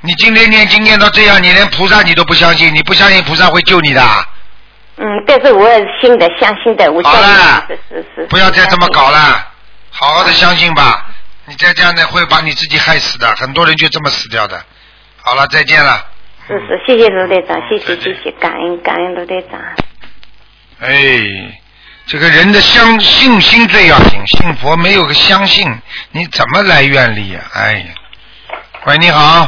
Speaker 1: 你今天念经念到这样，你连菩萨你都不相信，你不相信菩萨会救你的啊，
Speaker 3: 嗯，但是我也是信的，相信的，我
Speaker 1: 好啦
Speaker 3: 是是是。
Speaker 1: 不要再这么搞
Speaker 3: 了。
Speaker 1: 了，好好的相信吧。你再这样呢，会把你自己害死的，很多人就这么死掉的。好了，再见了。
Speaker 3: 是是，谢谢卢队长，谢谢
Speaker 1: 嗯再
Speaker 3: 谢
Speaker 1: 见
Speaker 3: 谢，感恩感恩卢队长。
Speaker 1: 哎，这个人的相信心最要紧，信佛没有个相信，你怎么来愿力呀、哎呀，喂，你好，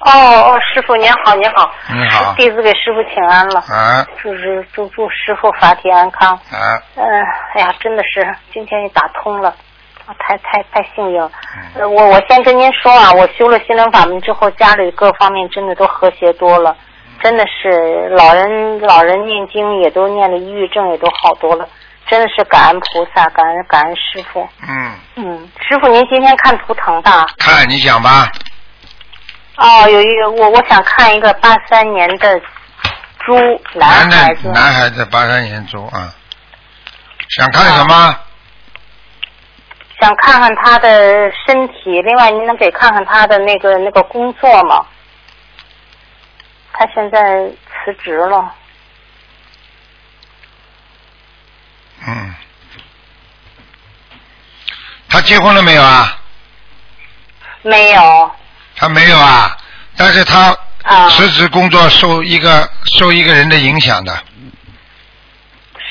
Speaker 2: 哦哦，师傅您好，您好。
Speaker 1: 你好
Speaker 2: 弟子给师傅请安了，
Speaker 1: 啊
Speaker 2: 就是祝祝师傅法体安康。
Speaker 1: 啊，
Speaker 2: 嗯、哎呀，真的是今天也打通了，啊太太太幸运了。呃我我先跟您说啊，我修了心灵法门之后，家里各方面真的都和谐多了，真的是老人老人念经也都念了，抑郁症也都好多了，真的是感恩菩萨，感恩感恩师傅。
Speaker 1: 嗯，
Speaker 2: 嗯，师傅您今天看图腾吧？
Speaker 1: 看你讲吧，
Speaker 2: 哦，有一个我我想看一个八三年的猪男
Speaker 1: 男
Speaker 2: 孩
Speaker 1: 的
Speaker 2: 子，
Speaker 1: 男孩子八三年猪啊，想看什么？
Speaker 2: 想看看他的身体，另外您能给看看他的那个那个工作吗？
Speaker 3: 他现在辞职了，
Speaker 1: 嗯。他结婚了没有啊？
Speaker 3: 没有
Speaker 1: 他没有啊，但是他
Speaker 3: 啊，
Speaker 1: 辞职工作受一个受一个人的影响的，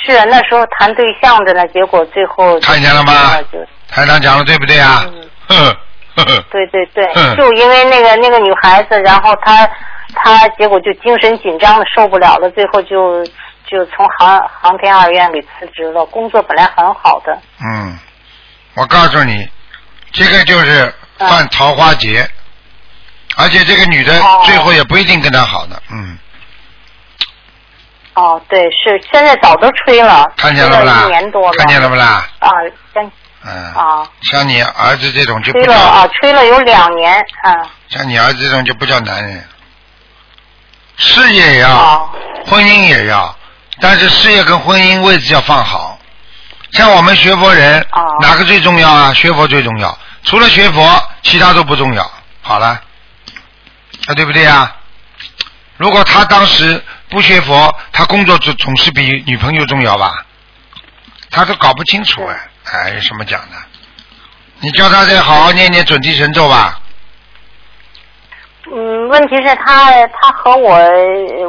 Speaker 3: 是那时候谈对象的呢，结果最后
Speaker 1: 看见了吗
Speaker 3: 就
Speaker 1: 台长讲的对不对啊？
Speaker 3: 嗯
Speaker 1: 呵呵呵，
Speaker 3: 对对对，
Speaker 1: 嗯
Speaker 3: 就因为那个那个女孩子，然后她她结果就精神紧张的受不了了，最后就就从航航天二院给辞职了。工作本来很好的，
Speaker 1: 嗯，我告诉你，这个就是犯桃花劫，而且这个女的
Speaker 3: 哦
Speaker 1: 最后也不一定跟他好的，嗯，
Speaker 3: 哦，对，是现在早都吹了，
Speaker 1: 看见了不
Speaker 3: 吹
Speaker 1: 啦
Speaker 3: 一年多？了，
Speaker 1: 看见了不啦？
Speaker 3: 啊，像
Speaker 1: 嗯，
Speaker 3: 啊，
Speaker 1: 像你儿子这种就
Speaker 3: 吹
Speaker 1: 不
Speaker 3: 了啊
Speaker 1: 叫，，
Speaker 3: 吹了有两年啊，
Speaker 1: 像你儿子这种就不叫男人，事业也要，
Speaker 3: 哦，
Speaker 1: 婚姻也要，但是事业跟婚姻位置要放好。像我们学佛人，
Speaker 3: 哦
Speaker 1: 哪个最重要啊？学佛最重要，除了学佛，其他都不重要。好了，啊，对不对啊？如果他当时不学佛，他工作总总是比女朋友重要吧？他都搞不清楚哎，哎，有什么讲的？你叫他再好好念念准提神咒吧。
Speaker 3: 嗯，问题是他他和我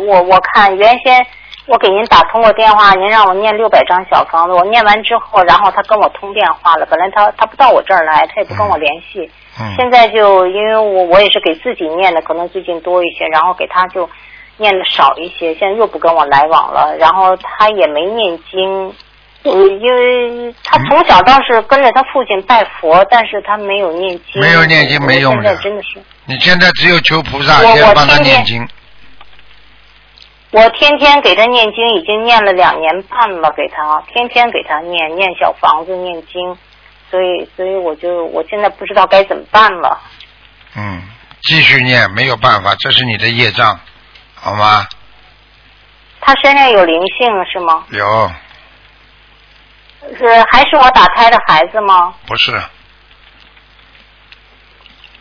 Speaker 3: 我我看原先我给您打通过电话，您让我念六百张小房子，我念完之后，然后他跟我通电话了。本来他他不到我这儿来，他也不跟我联系。
Speaker 1: 嗯，
Speaker 3: 现在就因为我我也是给自己念的，可能最近多一些，然后给他就念的少一些，现在又不跟我来往了。然后他也没念经，嗯，因为他从小倒是跟着他父亲拜佛，但是他没有念经，
Speaker 1: 没有念经没用的
Speaker 3: 我现在真的是。
Speaker 1: 你现在只有求菩萨，
Speaker 3: 我
Speaker 1: 先
Speaker 3: 我
Speaker 1: 帮他
Speaker 3: 天天
Speaker 1: 念经。
Speaker 3: 我天天给他念经，已经念了两年半了，给他天天给他念念小房子念经，所以所以我就我现在不知道该怎么办了。
Speaker 1: 嗯，继续念，没有办法，这是你的业障，好吗？
Speaker 3: 他身上有灵性是吗？
Speaker 1: 有，
Speaker 3: 是还是我打胎的孩子吗？
Speaker 1: 不是，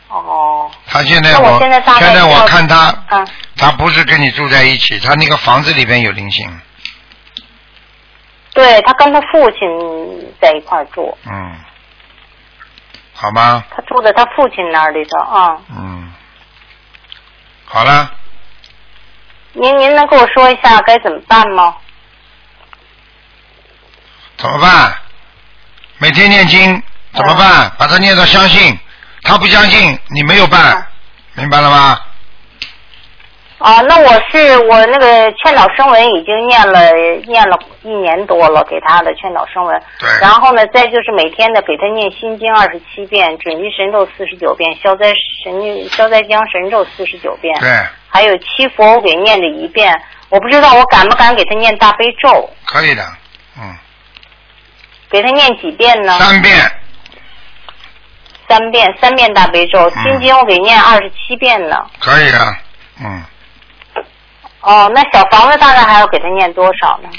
Speaker 3: 哦，
Speaker 1: 他现在
Speaker 3: 那
Speaker 1: 我
Speaker 3: 我现在大概
Speaker 1: 在我
Speaker 3: 要
Speaker 1: 看他，
Speaker 3: 啊，
Speaker 1: 他不是跟你住在一起，他那个房子里边有灵性，
Speaker 3: 对他跟他父亲在一块儿住，
Speaker 1: 嗯，好吗？
Speaker 3: 他住在他父亲那儿里头啊。
Speaker 1: 嗯，好了，
Speaker 3: 您您能给我说一下该怎么办吗？
Speaker 1: 怎么办？每天念经怎么
Speaker 3: 嗯
Speaker 1: 办？把他念到相信，他不相信你没有办
Speaker 3: 啊，
Speaker 1: 明白了吗？
Speaker 3: 啊，那我是我那个劝导声文已经念了念了一年多了，给他的劝导声文。
Speaker 1: 对
Speaker 3: 然后呢，再就是每天的给他念心经二十七遍，准提神咒四十九遍，消灾神消灾江神咒四十九遍。。
Speaker 1: 对，
Speaker 3: 还有七佛我给念了一遍，我不知道我敢不敢给他念大悲咒，
Speaker 1: 可以的，嗯，
Speaker 3: 给他念几遍呢？
Speaker 1: 三遍，
Speaker 3: 三遍，三遍大悲
Speaker 1: 嗯
Speaker 3: 咒。心经我给念二十七遍呢。
Speaker 1: 可以的，嗯。
Speaker 3: 哦，那小房子大概还要给他念多少呢？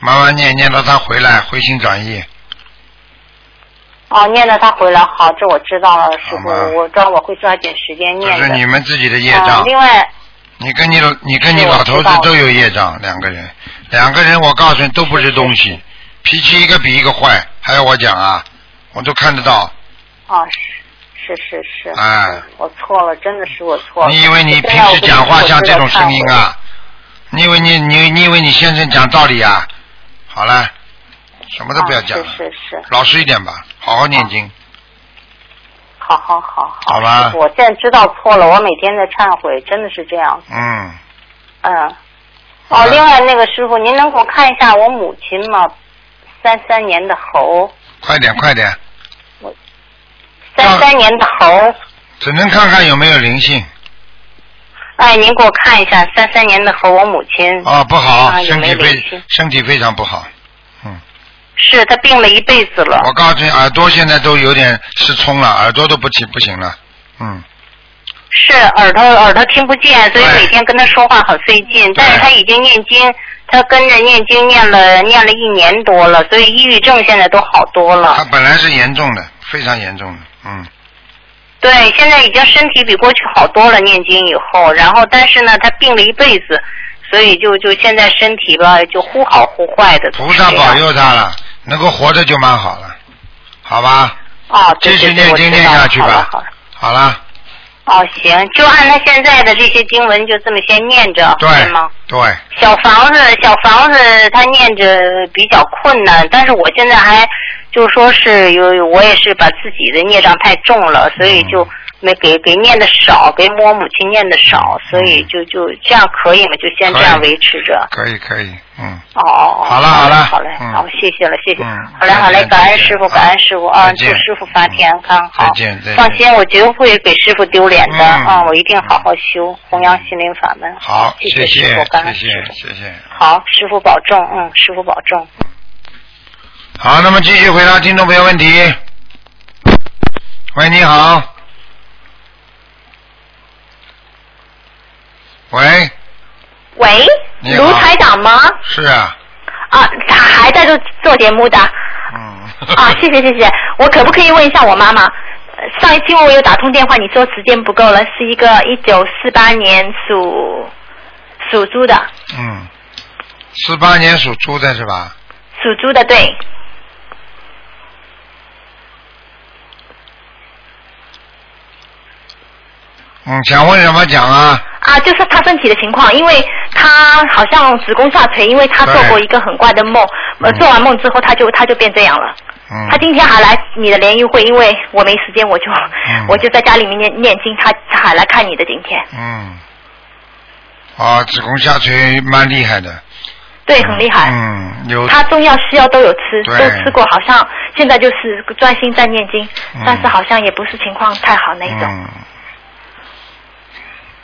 Speaker 1: 慢慢念，念到他回来，回心转意。
Speaker 3: 哦，念到他回来，好，这我知道了，师傅
Speaker 1: 好吗，
Speaker 3: 我知道我会抓紧时间
Speaker 1: 这
Speaker 3: 念
Speaker 1: 是
Speaker 3: 的。
Speaker 1: 你们自己的业
Speaker 3: 啊
Speaker 1: 障。
Speaker 3: 另外，
Speaker 1: 你跟你你跟你
Speaker 3: 是
Speaker 1: 老
Speaker 3: 我
Speaker 1: 头
Speaker 3: 知
Speaker 1: 子
Speaker 3: 道了
Speaker 1: 都有业障，两个人，两个人我告诉你都不是东西，脾气一个比一个坏，还要我讲啊？我都看得到。
Speaker 3: 啊，是是是是，
Speaker 1: 哎
Speaker 3: 我错了，真的是我错了。
Speaker 1: 你以为你平时讲话像这种声音啊？你以为你你你以为你先生讲道理啊？好了，什么
Speaker 3: 我
Speaker 1: 都不要讲了
Speaker 3: 啊是，是是，
Speaker 1: 老实一点吧，好好念经。
Speaker 3: 好好好好。
Speaker 1: 好吧
Speaker 3: 师傅我现在知道错了，我每天在忏悔，真的是这样。
Speaker 1: 嗯，
Speaker 3: 嗯。
Speaker 1: 好
Speaker 3: 哦，
Speaker 1: 的
Speaker 3: 另外那个师傅，您能给我看一下我母亲吗？三三年的猴，
Speaker 1: 快点快点，
Speaker 3: 三
Speaker 1: 啊
Speaker 3: 三年的猴，
Speaker 1: 只能看看有没有灵性
Speaker 3: 哎，您给我看一下三三年的猴，我母亲。
Speaker 1: 啊，不好，
Speaker 3: 啊有
Speaker 1: 身
Speaker 3: 没
Speaker 1: 体
Speaker 3: 有灵
Speaker 1: 非
Speaker 3: 性
Speaker 1: 身体非常不好。
Speaker 3: 是他病了一辈子了。
Speaker 1: 我告诉你，耳朵现在都有点失聪了，耳朵都不起不行了。嗯，
Speaker 3: 是耳朵耳朵听不见，所以
Speaker 1: 对
Speaker 3: 每天跟他说话很费劲。但是他已经念经，他跟着念经念了念了一年多了，所以抑郁症现在都好多
Speaker 1: 他
Speaker 3: 了。
Speaker 1: 本来是严重的，非常严重的。嗯，
Speaker 3: 对，现在已经身体比过去好多了，念经以后，然后但是呢，他病了一辈子，所以就就现在身体吧，就忽好忽坏的。
Speaker 1: 菩萨保佑他了，能够活着就蛮好了，好吧？
Speaker 3: 哦，对
Speaker 1: 继续
Speaker 3: 对对
Speaker 1: 念经
Speaker 3: 我知
Speaker 1: 念
Speaker 3: 道
Speaker 1: 下去
Speaker 3: 好了
Speaker 1: 吧
Speaker 3: 好了。
Speaker 1: 好了，
Speaker 3: 哦，行，就按他现在的这些经文，就这么先念着，
Speaker 1: 对
Speaker 3: 是吗？
Speaker 1: 对，
Speaker 3: 小房子，小房子，他念着比较困难，但是我现在还就说是有，我也是把自己的孽障太重
Speaker 1: 嗯
Speaker 3: 了，所以就没给给念的少，给我母亲念的少，所以就就这样可以吗？就先这样
Speaker 1: 可以
Speaker 3: 维持着。
Speaker 1: 嗯可以可以，嗯，
Speaker 3: 哦哦，
Speaker 1: 好了
Speaker 3: 好
Speaker 1: 好了
Speaker 3: 好嘞，
Speaker 1: 嗯
Speaker 3: 好，谢谢了，谢谢，
Speaker 1: 嗯
Speaker 3: 好嘞好嘞
Speaker 1: 再见，再
Speaker 3: 感恩
Speaker 1: 见
Speaker 3: 师傅，
Speaker 1: 啊
Speaker 3: 感恩师傅啊，
Speaker 1: 再
Speaker 3: 祝
Speaker 1: 见嗯
Speaker 3: 师傅法体安康，
Speaker 1: 再
Speaker 3: 好
Speaker 1: 见再见，
Speaker 3: 放心，我绝不会给师傅丢脸的
Speaker 1: 嗯
Speaker 3: 啊，我一定好好修，弘扬心灵法门。
Speaker 1: 好，
Speaker 3: 谢
Speaker 1: 谢
Speaker 3: 师傅，感恩
Speaker 1: 谢
Speaker 3: 师傅
Speaker 1: 谢。谢谢。
Speaker 3: 好，师傅保重，嗯，师傅保重。
Speaker 1: 好，那么继续回答听众朋友问题。喂，你好。喂，
Speaker 9: 喂，
Speaker 1: 你
Speaker 9: 卢
Speaker 1: 好
Speaker 9: 台长吗？
Speaker 1: 是啊，
Speaker 9: 啊，他还在做做节目的
Speaker 1: 嗯，
Speaker 9: 啊，谢谢谢谢。我可不可以问一下我妈妈？呃上一期我有打通电话，你说时间不够了，是一个一九四八年属属猪的，
Speaker 1: 嗯，四八年属猪的是吧？
Speaker 9: 属猪的对，
Speaker 1: 嗯，想问什么讲啊？
Speaker 9: 啊，就是她身体的情况，因为她好像子宫下垂，因为她做
Speaker 1: 对
Speaker 9: 过一个很怪的梦，呃，
Speaker 1: 嗯
Speaker 9: 做完梦之后她就她就变这样了。
Speaker 1: 嗯，
Speaker 9: 她今天还来你的联谊会，因为我没时间，我就、
Speaker 1: 嗯
Speaker 9: 我就在家里面念念经，她她还来看你的今天。
Speaker 1: 嗯，啊，子宫下垂蛮厉害的，
Speaker 9: 对，很厉害。
Speaker 1: 嗯，有
Speaker 9: 他中药西药都有吃，
Speaker 1: 对
Speaker 9: 都吃过，好像现在就是专心在念经，
Speaker 1: 嗯
Speaker 9: 但是好像也不是情况太好那一种。
Speaker 1: 嗯，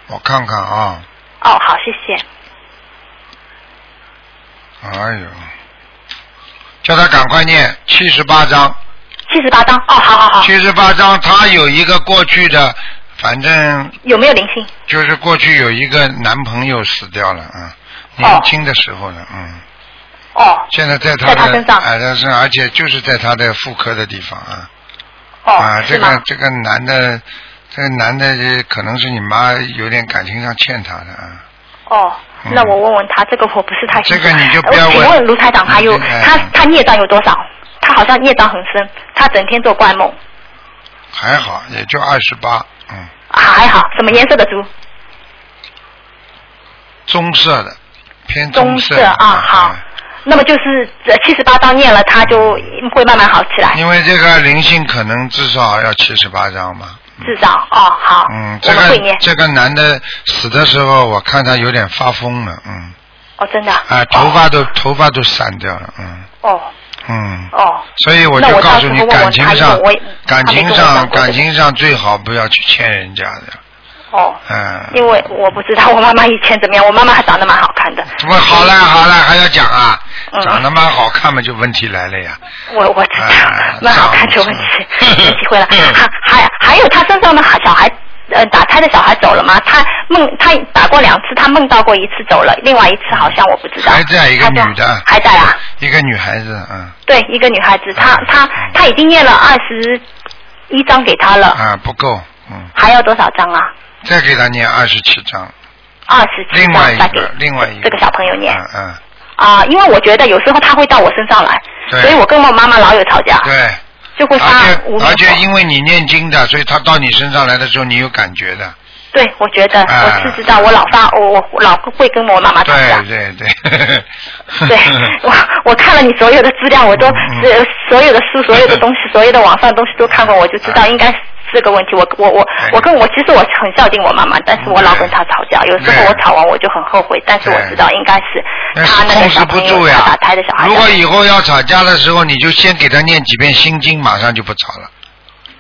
Speaker 1: 我看看啊，
Speaker 9: 哦，好，谢谢。
Speaker 1: 哎呦，叫他赶快念七十八章，
Speaker 9: 七十八张，哦，好好好，
Speaker 1: 七十八章，他有一个过去的，反正
Speaker 9: 有没有灵性？
Speaker 1: 就是过去有一个男朋友死掉了啊，嗯
Speaker 9: 哦
Speaker 1: 年轻的时候呢，嗯，
Speaker 9: 哦
Speaker 1: 现在在他
Speaker 9: 在
Speaker 1: 的
Speaker 9: 他身上
Speaker 1: 哎，他身上，而且就是在他的妇科的地方啊，
Speaker 9: 哦，
Speaker 1: 啊，
Speaker 9: 是
Speaker 1: 这
Speaker 9: 吗
Speaker 1: 个？这个男的，这个男的呃可能是你妈有点感情上欠他的啊，
Speaker 9: 哦
Speaker 1: 嗯，
Speaker 9: 那我问问他，这个我不是太清
Speaker 1: 这
Speaker 9: 楚
Speaker 1: 个你就不要
Speaker 9: 呃请
Speaker 1: 问
Speaker 9: 问卢台长，还有
Speaker 1: 你哎
Speaker 9: 他他孽障有多少？他好像孽障很深，他整天做怪梦，
Speaker 1: 还好也就二十八，嗯，
Speaker 9: 啊还好，什么颜色的猪？
Speaker 1: 棕色的，偏
Speaker 9: 棕
Speaker 1: 色
Speaker 9: 色
Speaker 1: 的
Speaker 9: 啊，好
Speaker 1: 哎。
Speaker 9: 那么就是呃七十八张念了，他就会慢慢好起来。
Speaker 1: 因为这个灵性可能至少要七十八章嘛。
Speaker 9: 至少哦，好，
Speaker 1: 嗯，
Speaker 9: 我
Speaker 1: 这
Speaker 9: 们会
Speaker 1: 个
Speaker 9: 念
Speaker 1: 这个男的死的时候，我看他有点发疯了，嗯，
Speaker 9: 哦，真的
Speaker 1: 啊，头发都、头发都散掉了，嗯
Speaker 9: 哦
Speaker 1: 嗯，
Speaker 9: 哦
Speaker 1: 所以我就
Speaker 9: 那我
Speaker 1: 告
Speaker 9: 到
Speaker 1: 诉
Speaker 9: 时候
Speaker 1: 你，
Speaker 9: 问问
Speaker 1: 感情
Speaker 9: 他因为
Speaker 1: 上
Speaker 9: 我也
Speaker 1: 感
Speaker 9: 他没
Speaker 1: 情
Speaker 9: 跟我
Speaker 1: 上
Speaker 9: 讲过
Speaker 1: 感
Speaker 9: 这
Speaker 1: 情上最好不要去欠人家的，
Speaker 9: 哦，
Speaker 1: 嗯，
Speaker 9: 因为我不知道我妈妈以前怎么样，我妈妈还长得蛮好看的，
Speaker 1: 怎么好了好了还要讲啊？
Speaker 9: 嗯
Speaker 1: 长得蛮好看嘛，就问题来了呀。
Speaker 9: 我我知道
Speaker 1: 哎，
Speaker 9: 蛮好看
Speaker 1: 这
Speaker 9: 就
Speaker 1: 样
Speaker 9: 问题
Speaker 1: 子
Speaker 9: 有机会了，
Speaker 1: 嗯
Speaker 9: 还还还有他身上的小孩。呃，打胎的小孩走了吗？他梦，他打过两次，他梦到过一次走了，另外一次好像我不知道。
Speaker 1: 还在一个
Speaker 9: 他就
Speaker 1: 女的
Speaker 9: 还在啊？
Speaker 1: 一个女孩子，嗯
Speaker 9: 对，一个女孩子，
Speaker 1: 啊
Speaker 9: 她她她已经念了二十一章给她了，
Speaker 1: 啊不够，嗯，
Speaker 9: 还要多少章啊？
Speaker 1: 再给他念二十七章，
Speaker 9: 二十七
Speaker 1: 另
Speaker 9: 章
Speaker 1: 外一
Speaker 9: 再给
Speaker 1: 个另外一个
Speaker 9: 这个小朋友念
Speaker 1: 嗯嗯，
Speaker 9: 啊、因为我觉得有时候他会到我身上来，
Speaker 1: 对
Speaker 9: 所以我啊跟我妈妈老有吵架，
Speaker 1: 对。
Speaker 9: 就会发
Speaker 1: 而且
Speaker 9: 无名火
Speaker 1: 而且因为你念经的，所以他到你身上来的时候，你有感觉的。
Speaker 9: 对，我觉得、
Speaker 1: 啊
Speaker 9: 我是知道，我老发我我老会跟我妈妈吵架
Speaker 1: 对。对对。
Speaker 9: 啊 对我，我看了你所有的资料，我都、
Speaker 1: 嗯嗯
Speaker 9: 呃所有的书、所有的东西、所有的网上的东西都看过，我就知道
Speaker 1: 啊
Speaker 9: 应该是这个问题。我我我
Speaker 1: 哎
Speaker 9: 我跟我其实我很孝敬我妈妈，但是我老跟她吵架，有时候
Speaker 1: 对
Speaker 9: 我吵完我就很后悔，但是我知道应该是
Speaker 1: 那
Speaker 9: 她
Speaker 1: 是
Speaker 9: 那个
Speaker 1: 控制
Speaker 9: 小
Speaker 1: 不
Speaker 9: 朋
Speaker 1: 住
Speaker 9: 友她
Speaker 1: 呀
Speaker 9: 打胎的小。孩
Speaker 1: 如
Speaker 9: 子。
Speaker 1: 果以后要吵架的时候，你就先给他念几遍心经，马上就不吵了，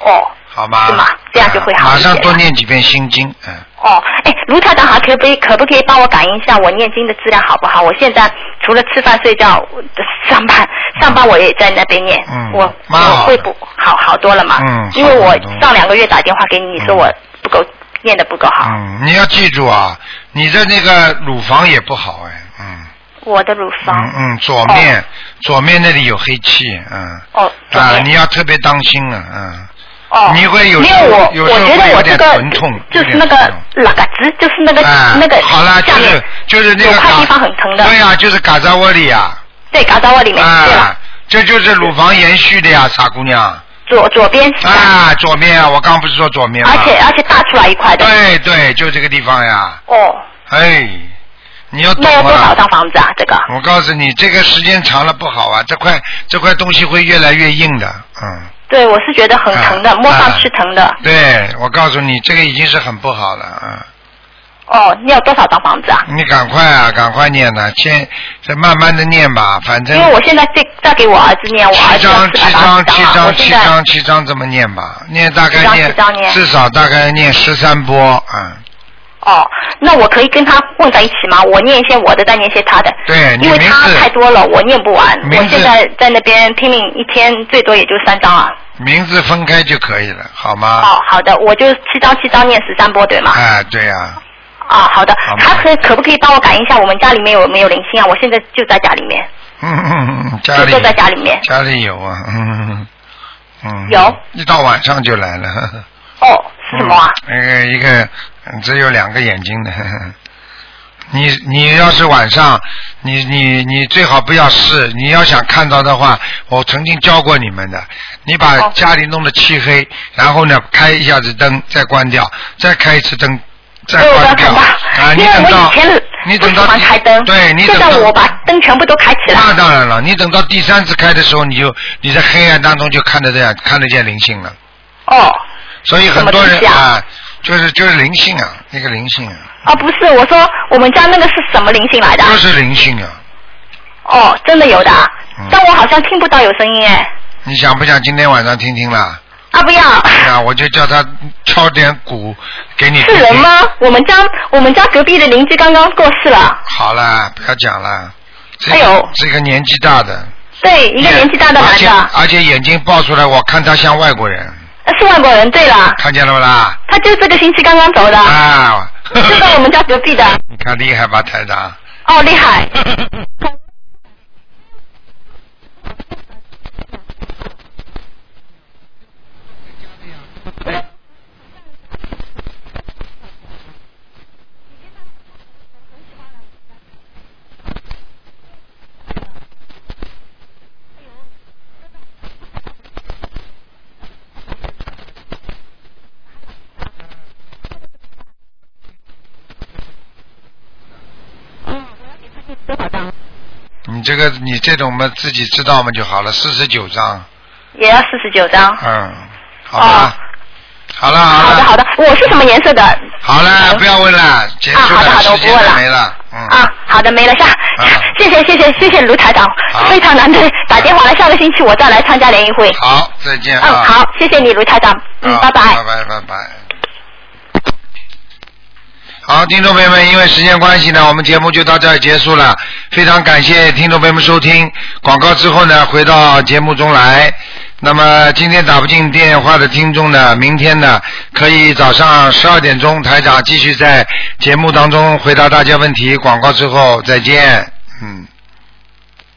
Speaker 9: 哦
Speaker 1: 好吗？嗯
Speaker 9: 是吗这样就会好
Speaker 1: 马
Speaker 9: 一些
Speaker 1: 上多
Speaker 9: 了
Speaker 1: 念几遍心经，嗯。
Speaker 9: 哦，哎，卢台长还可不可以可不可以帮我感应一下我念经的质量好不好？我现在除了吃饭睡觉，我上班上班我也在那边念，
Speaker 1: 嗯
Speaker 9: 我
Speaker 1: 蛮好的
Speaker 9: 我会不好好多了嘛？
Speaker 1: 嗯
Speaker 9: 因为
Speaker 1: 好
Speaker 9: 我
Speaker 1: 很多
Speaker 9: 上两个月打电话给你，你说
Speaker 1: 嗯
Speaker 9: 我不够念的不够好，
Speaker 1: 嗯，你要记住啊，你的那个乳房也不好哎，嗯
Speaker 9: 我的乳房
Speaker 1: 嗯嗯，左面、左面那里有黑气，嗯
Speaker 9: 哦哦，左
Speaker 1: 啊，
Speaker 9: 面
Speaker 1: 你要特别当心了，嗯，
Speaker 9: 哦，
Speaker 1: 你会有
Speaker 9: 没
Speaker 1: 时候
Speaker 9: 有我，
Speaker 1: 有时
Speaker 9: 我
Speaker 1: 候
Speaker 9: 觉
Speaker 1: 会
Speaker 9: 得
Speaker 1: 有
Speaker 9: 我
Speaker 1: 点
Speaker 9: 这个
Speaker 1: 疼痛
Speaker 9: 就是那个拉嘎吱，就是那个、
Speaker 1: 啊
Speaker 9: 那个
Speaker 1: 好啦，就
Speaker 9: 下面
Speaker 1: 是就是那个
Speaker 9: 有块
Speaker 1: 嘎
Speaker 9: 地方很疼的
Speaker 1: 对呀、就是嘎扎窝里呀、
Speaker 9: 对嘎扎窝里面，对了，
Speaker 1: 啊，这就是乳房延续的呀，傻姑娘。
Speaker 9: 左左边是吧
Speaker 1: 啊，左面啊，我刚不是说左面吗？
Speaker 9: 而且而且大出来一块的。
Speaker 1: 对对，就这个地方呀。
Speaker 9: 哦，
Speaker 1: 哎，你要懂
Speaker 9: 那要多少
Speaker 1: 啊！
Speaker 9: 张房子啊？这个
Speaker 1: 我告诉你，这个时间长了不好啊，这块这块东西会越来越硬的，嗯。
Speaker 9: 对我是觉得很疼
Speaker 1: 啊
Speaker 9: 的，摸上去疼的。
Speaker 1: 对，我告诉你，这个已经是很不好了，嗯。
Speaker 9: 哦，你要多少张房子啊？
Speaker 1: 你赶快啊，赶快念呐、先再慢慢的念吧，反
Speaker 9: 因
Speaker 1: 正
Speaker 9: 为我现在在在给我儿子念，我儿
Speaker 1: 七
Speaker 9: 子
Speaker 1: 张
Speaker 9: 要四
Speaker 1: 嗯七
Speaker 9: 百八十
Speaker 1: 张
Speaker 9: 张
Speaker 1: 七
Speaker 9: 啊我
Speaker 1: 张七
Speaker 9: 现在
Speaker 1: 张七张这么念吧，念大
Speaker 9: 七
Speaker 1: 概
Speaker 9: 张
Speaker 1: 念
Speaker 9: 七张念
Speaker 1: 至少大概念十三波，嗯，
Speaker 9: 哦，那我可以跟他混在一起吗？我念一些我的，再念一些他的。
Speaker 1: 对哎你
Speaker 9: 因为
Speaker 1: 名
Speaker 9: 他
Speaker 1: 字
Speaker 9: 太多了，我念不完。
Speaker 1: 名字
Speaker 9: 我现在在那边拼命，一天最多也就三张啊。
Speaker 1: 名字分开就可以了，好吗？
Speaker 9: 哦，好的，我就七张七张念十三波，对吗？
Speaker 1: 哎，对呀、
Speaker 9: 啊，好的
Speaker 1: 好。吗
Speaker 9: 他可可不可以帮我感应一下我们家里面有没有灵性啊？我现在就在家里面，
Speaker 1: 嗯嗯嗯，家
Speaker 9: 就
Speaker 1: 里
Speaker 9: 坐在家里面。
Speaker 1: 家里有啊，嗯嗯，
Speaker 9: 有，
Speaker 1: 一到晚上就来了，呵呵
Speaker 9: 哦，是什么啊？
Speaker 1: 嗯那个一个嗯只有两个眼睛的。呵 呵你你要是晚上，你你你最好不要试。你要想看到的话，我曾经教过你们的。你把
Speaker 9: 哦
Speaker 1: 家里弄得漆黑，然后呢开一下子灯，再关掉，再开一次灯，再
Speaker 9: 对，我要
Speaker 1: 关
Speaker 9: 看
Speaker 1: 掉。
Speaker 9: 到，
Speaker 1: 啊，你
Speaker 9: 因为
Speaker 1: 等
Speaker 9: 我
Speaker 1: 到
Speaker 9: 以前
Speaker 1: 你
Speaker 9: 不
Speaker 1: 等
Speaker 9: 喜
Speaker 1: 到
Speaker 9: 欢
Speaker 1: 第
Speaker 9: 开灯，
Speaker 1: 对你
Speaker 9: 现
Speaker 1: 等
Speaker 9: 在
Speaker 1: 到
Speaker 9: 我把灯全部都开起
Speaker 1: 那
Speaker 9: 来。
Speaker 1: 当然了，你等到第三次开的时候，你就你在黑暗当中就看得这样看得见灵性了。
Speaker 9: 哦，
Speaker 1: 所以很多
Speaker 9: 什么东
Speaker 1: 人
Speaker 9: 西啊
Speaker 1: 啊，就是就是灵性啊，那个灵性啊，
Speaker 9: 啊，不是，我说我们家那个是什么灵性来的啊？
Speaker 1: 就是灵性啊。
Speaker 9: 哦，真的有的啊
Speaker 1: 嗯，
Speaker 9: 但我好像听不到有声音哎。
Speaker 1: 你想不想今天晚上听听啦？
Speaker 9: 啊，不要，
Speaker 1: 那我就叫他敲点鼓给你听
Speaker 9: 是
Speaker 1: 听。
Speaker 9: 人吗？我们家我们家隔壁的邻居刚刚过世了，
Speaker 1: 好啦，不要讲啦。这
Speaker 9: 哎呦
Speaker 1: 是一个年纪大的，
Speaker 9: 对，一个年纪大的
Speaker 1: 而
Speaker 9: 男
Speaker 1: 且
Speaker 9: 的，
Speaker 1: 而且眼睛爆出来，我看他像外国人，
Speaker 9: 是外国人。对了，
Speaker 1: 看见了不啦？
Speaker 9: 他就这个星期刚刚走的，
Speaker 1: 啊，
Speaker 9: 就在我们家隔壁的。
Speaker 1: 你看厉害吧，台长？
Speaker 9: 哦，厉害。
Speaker 1: 你这个你这种嘛，自己知道嘛就好了。四十九章，
Speaker 9: 也要四十九张。
Speaker 1: 嗯，好吧，好了好
Speaker 9: 哦好
Speaker 1: 了
Speaker 9: 的，好的，我是什么颜色的？
Speaker 1: 好了，不要问了，结束
Speaker 9: 啊
Speaker 1: 了，
Speaker 9: 好的好的
Speaker 1: 时
Speaker 9: 我不问
Speaker 1: 间
Speaker 9: 了
Speaker 1: 没了，嗯，
Speaker 9: 啊，好的，没了，下
Speaker 1: 啊，
Speaker 9: 谢谢谢谢谢谢卢台长
Speaker 1: 好，啊
Speaker 9: 非常难得打电话来，下个星期我再来参加联谊会。
Speaker 1: 好，再见
Speaker 9: 嗯，
Speaker 1: 啊，
Speaker 9: 好，谢谢你卢台长，嗯，
Speaker 1: 啊
Speaker 9: 拜拜
Speaker 1: 拜。拜拜拜。好，听众朋友们，因为时间关系呢，我们节目就到这儿结束了。非常感谢听众朋友们收听广告之后呢，回到节目中来。那么今天打不进电话的听众呢，明天呢可以早上十二点钟，台长继续在节目当中回答大家问题。广告之后再见，嗯。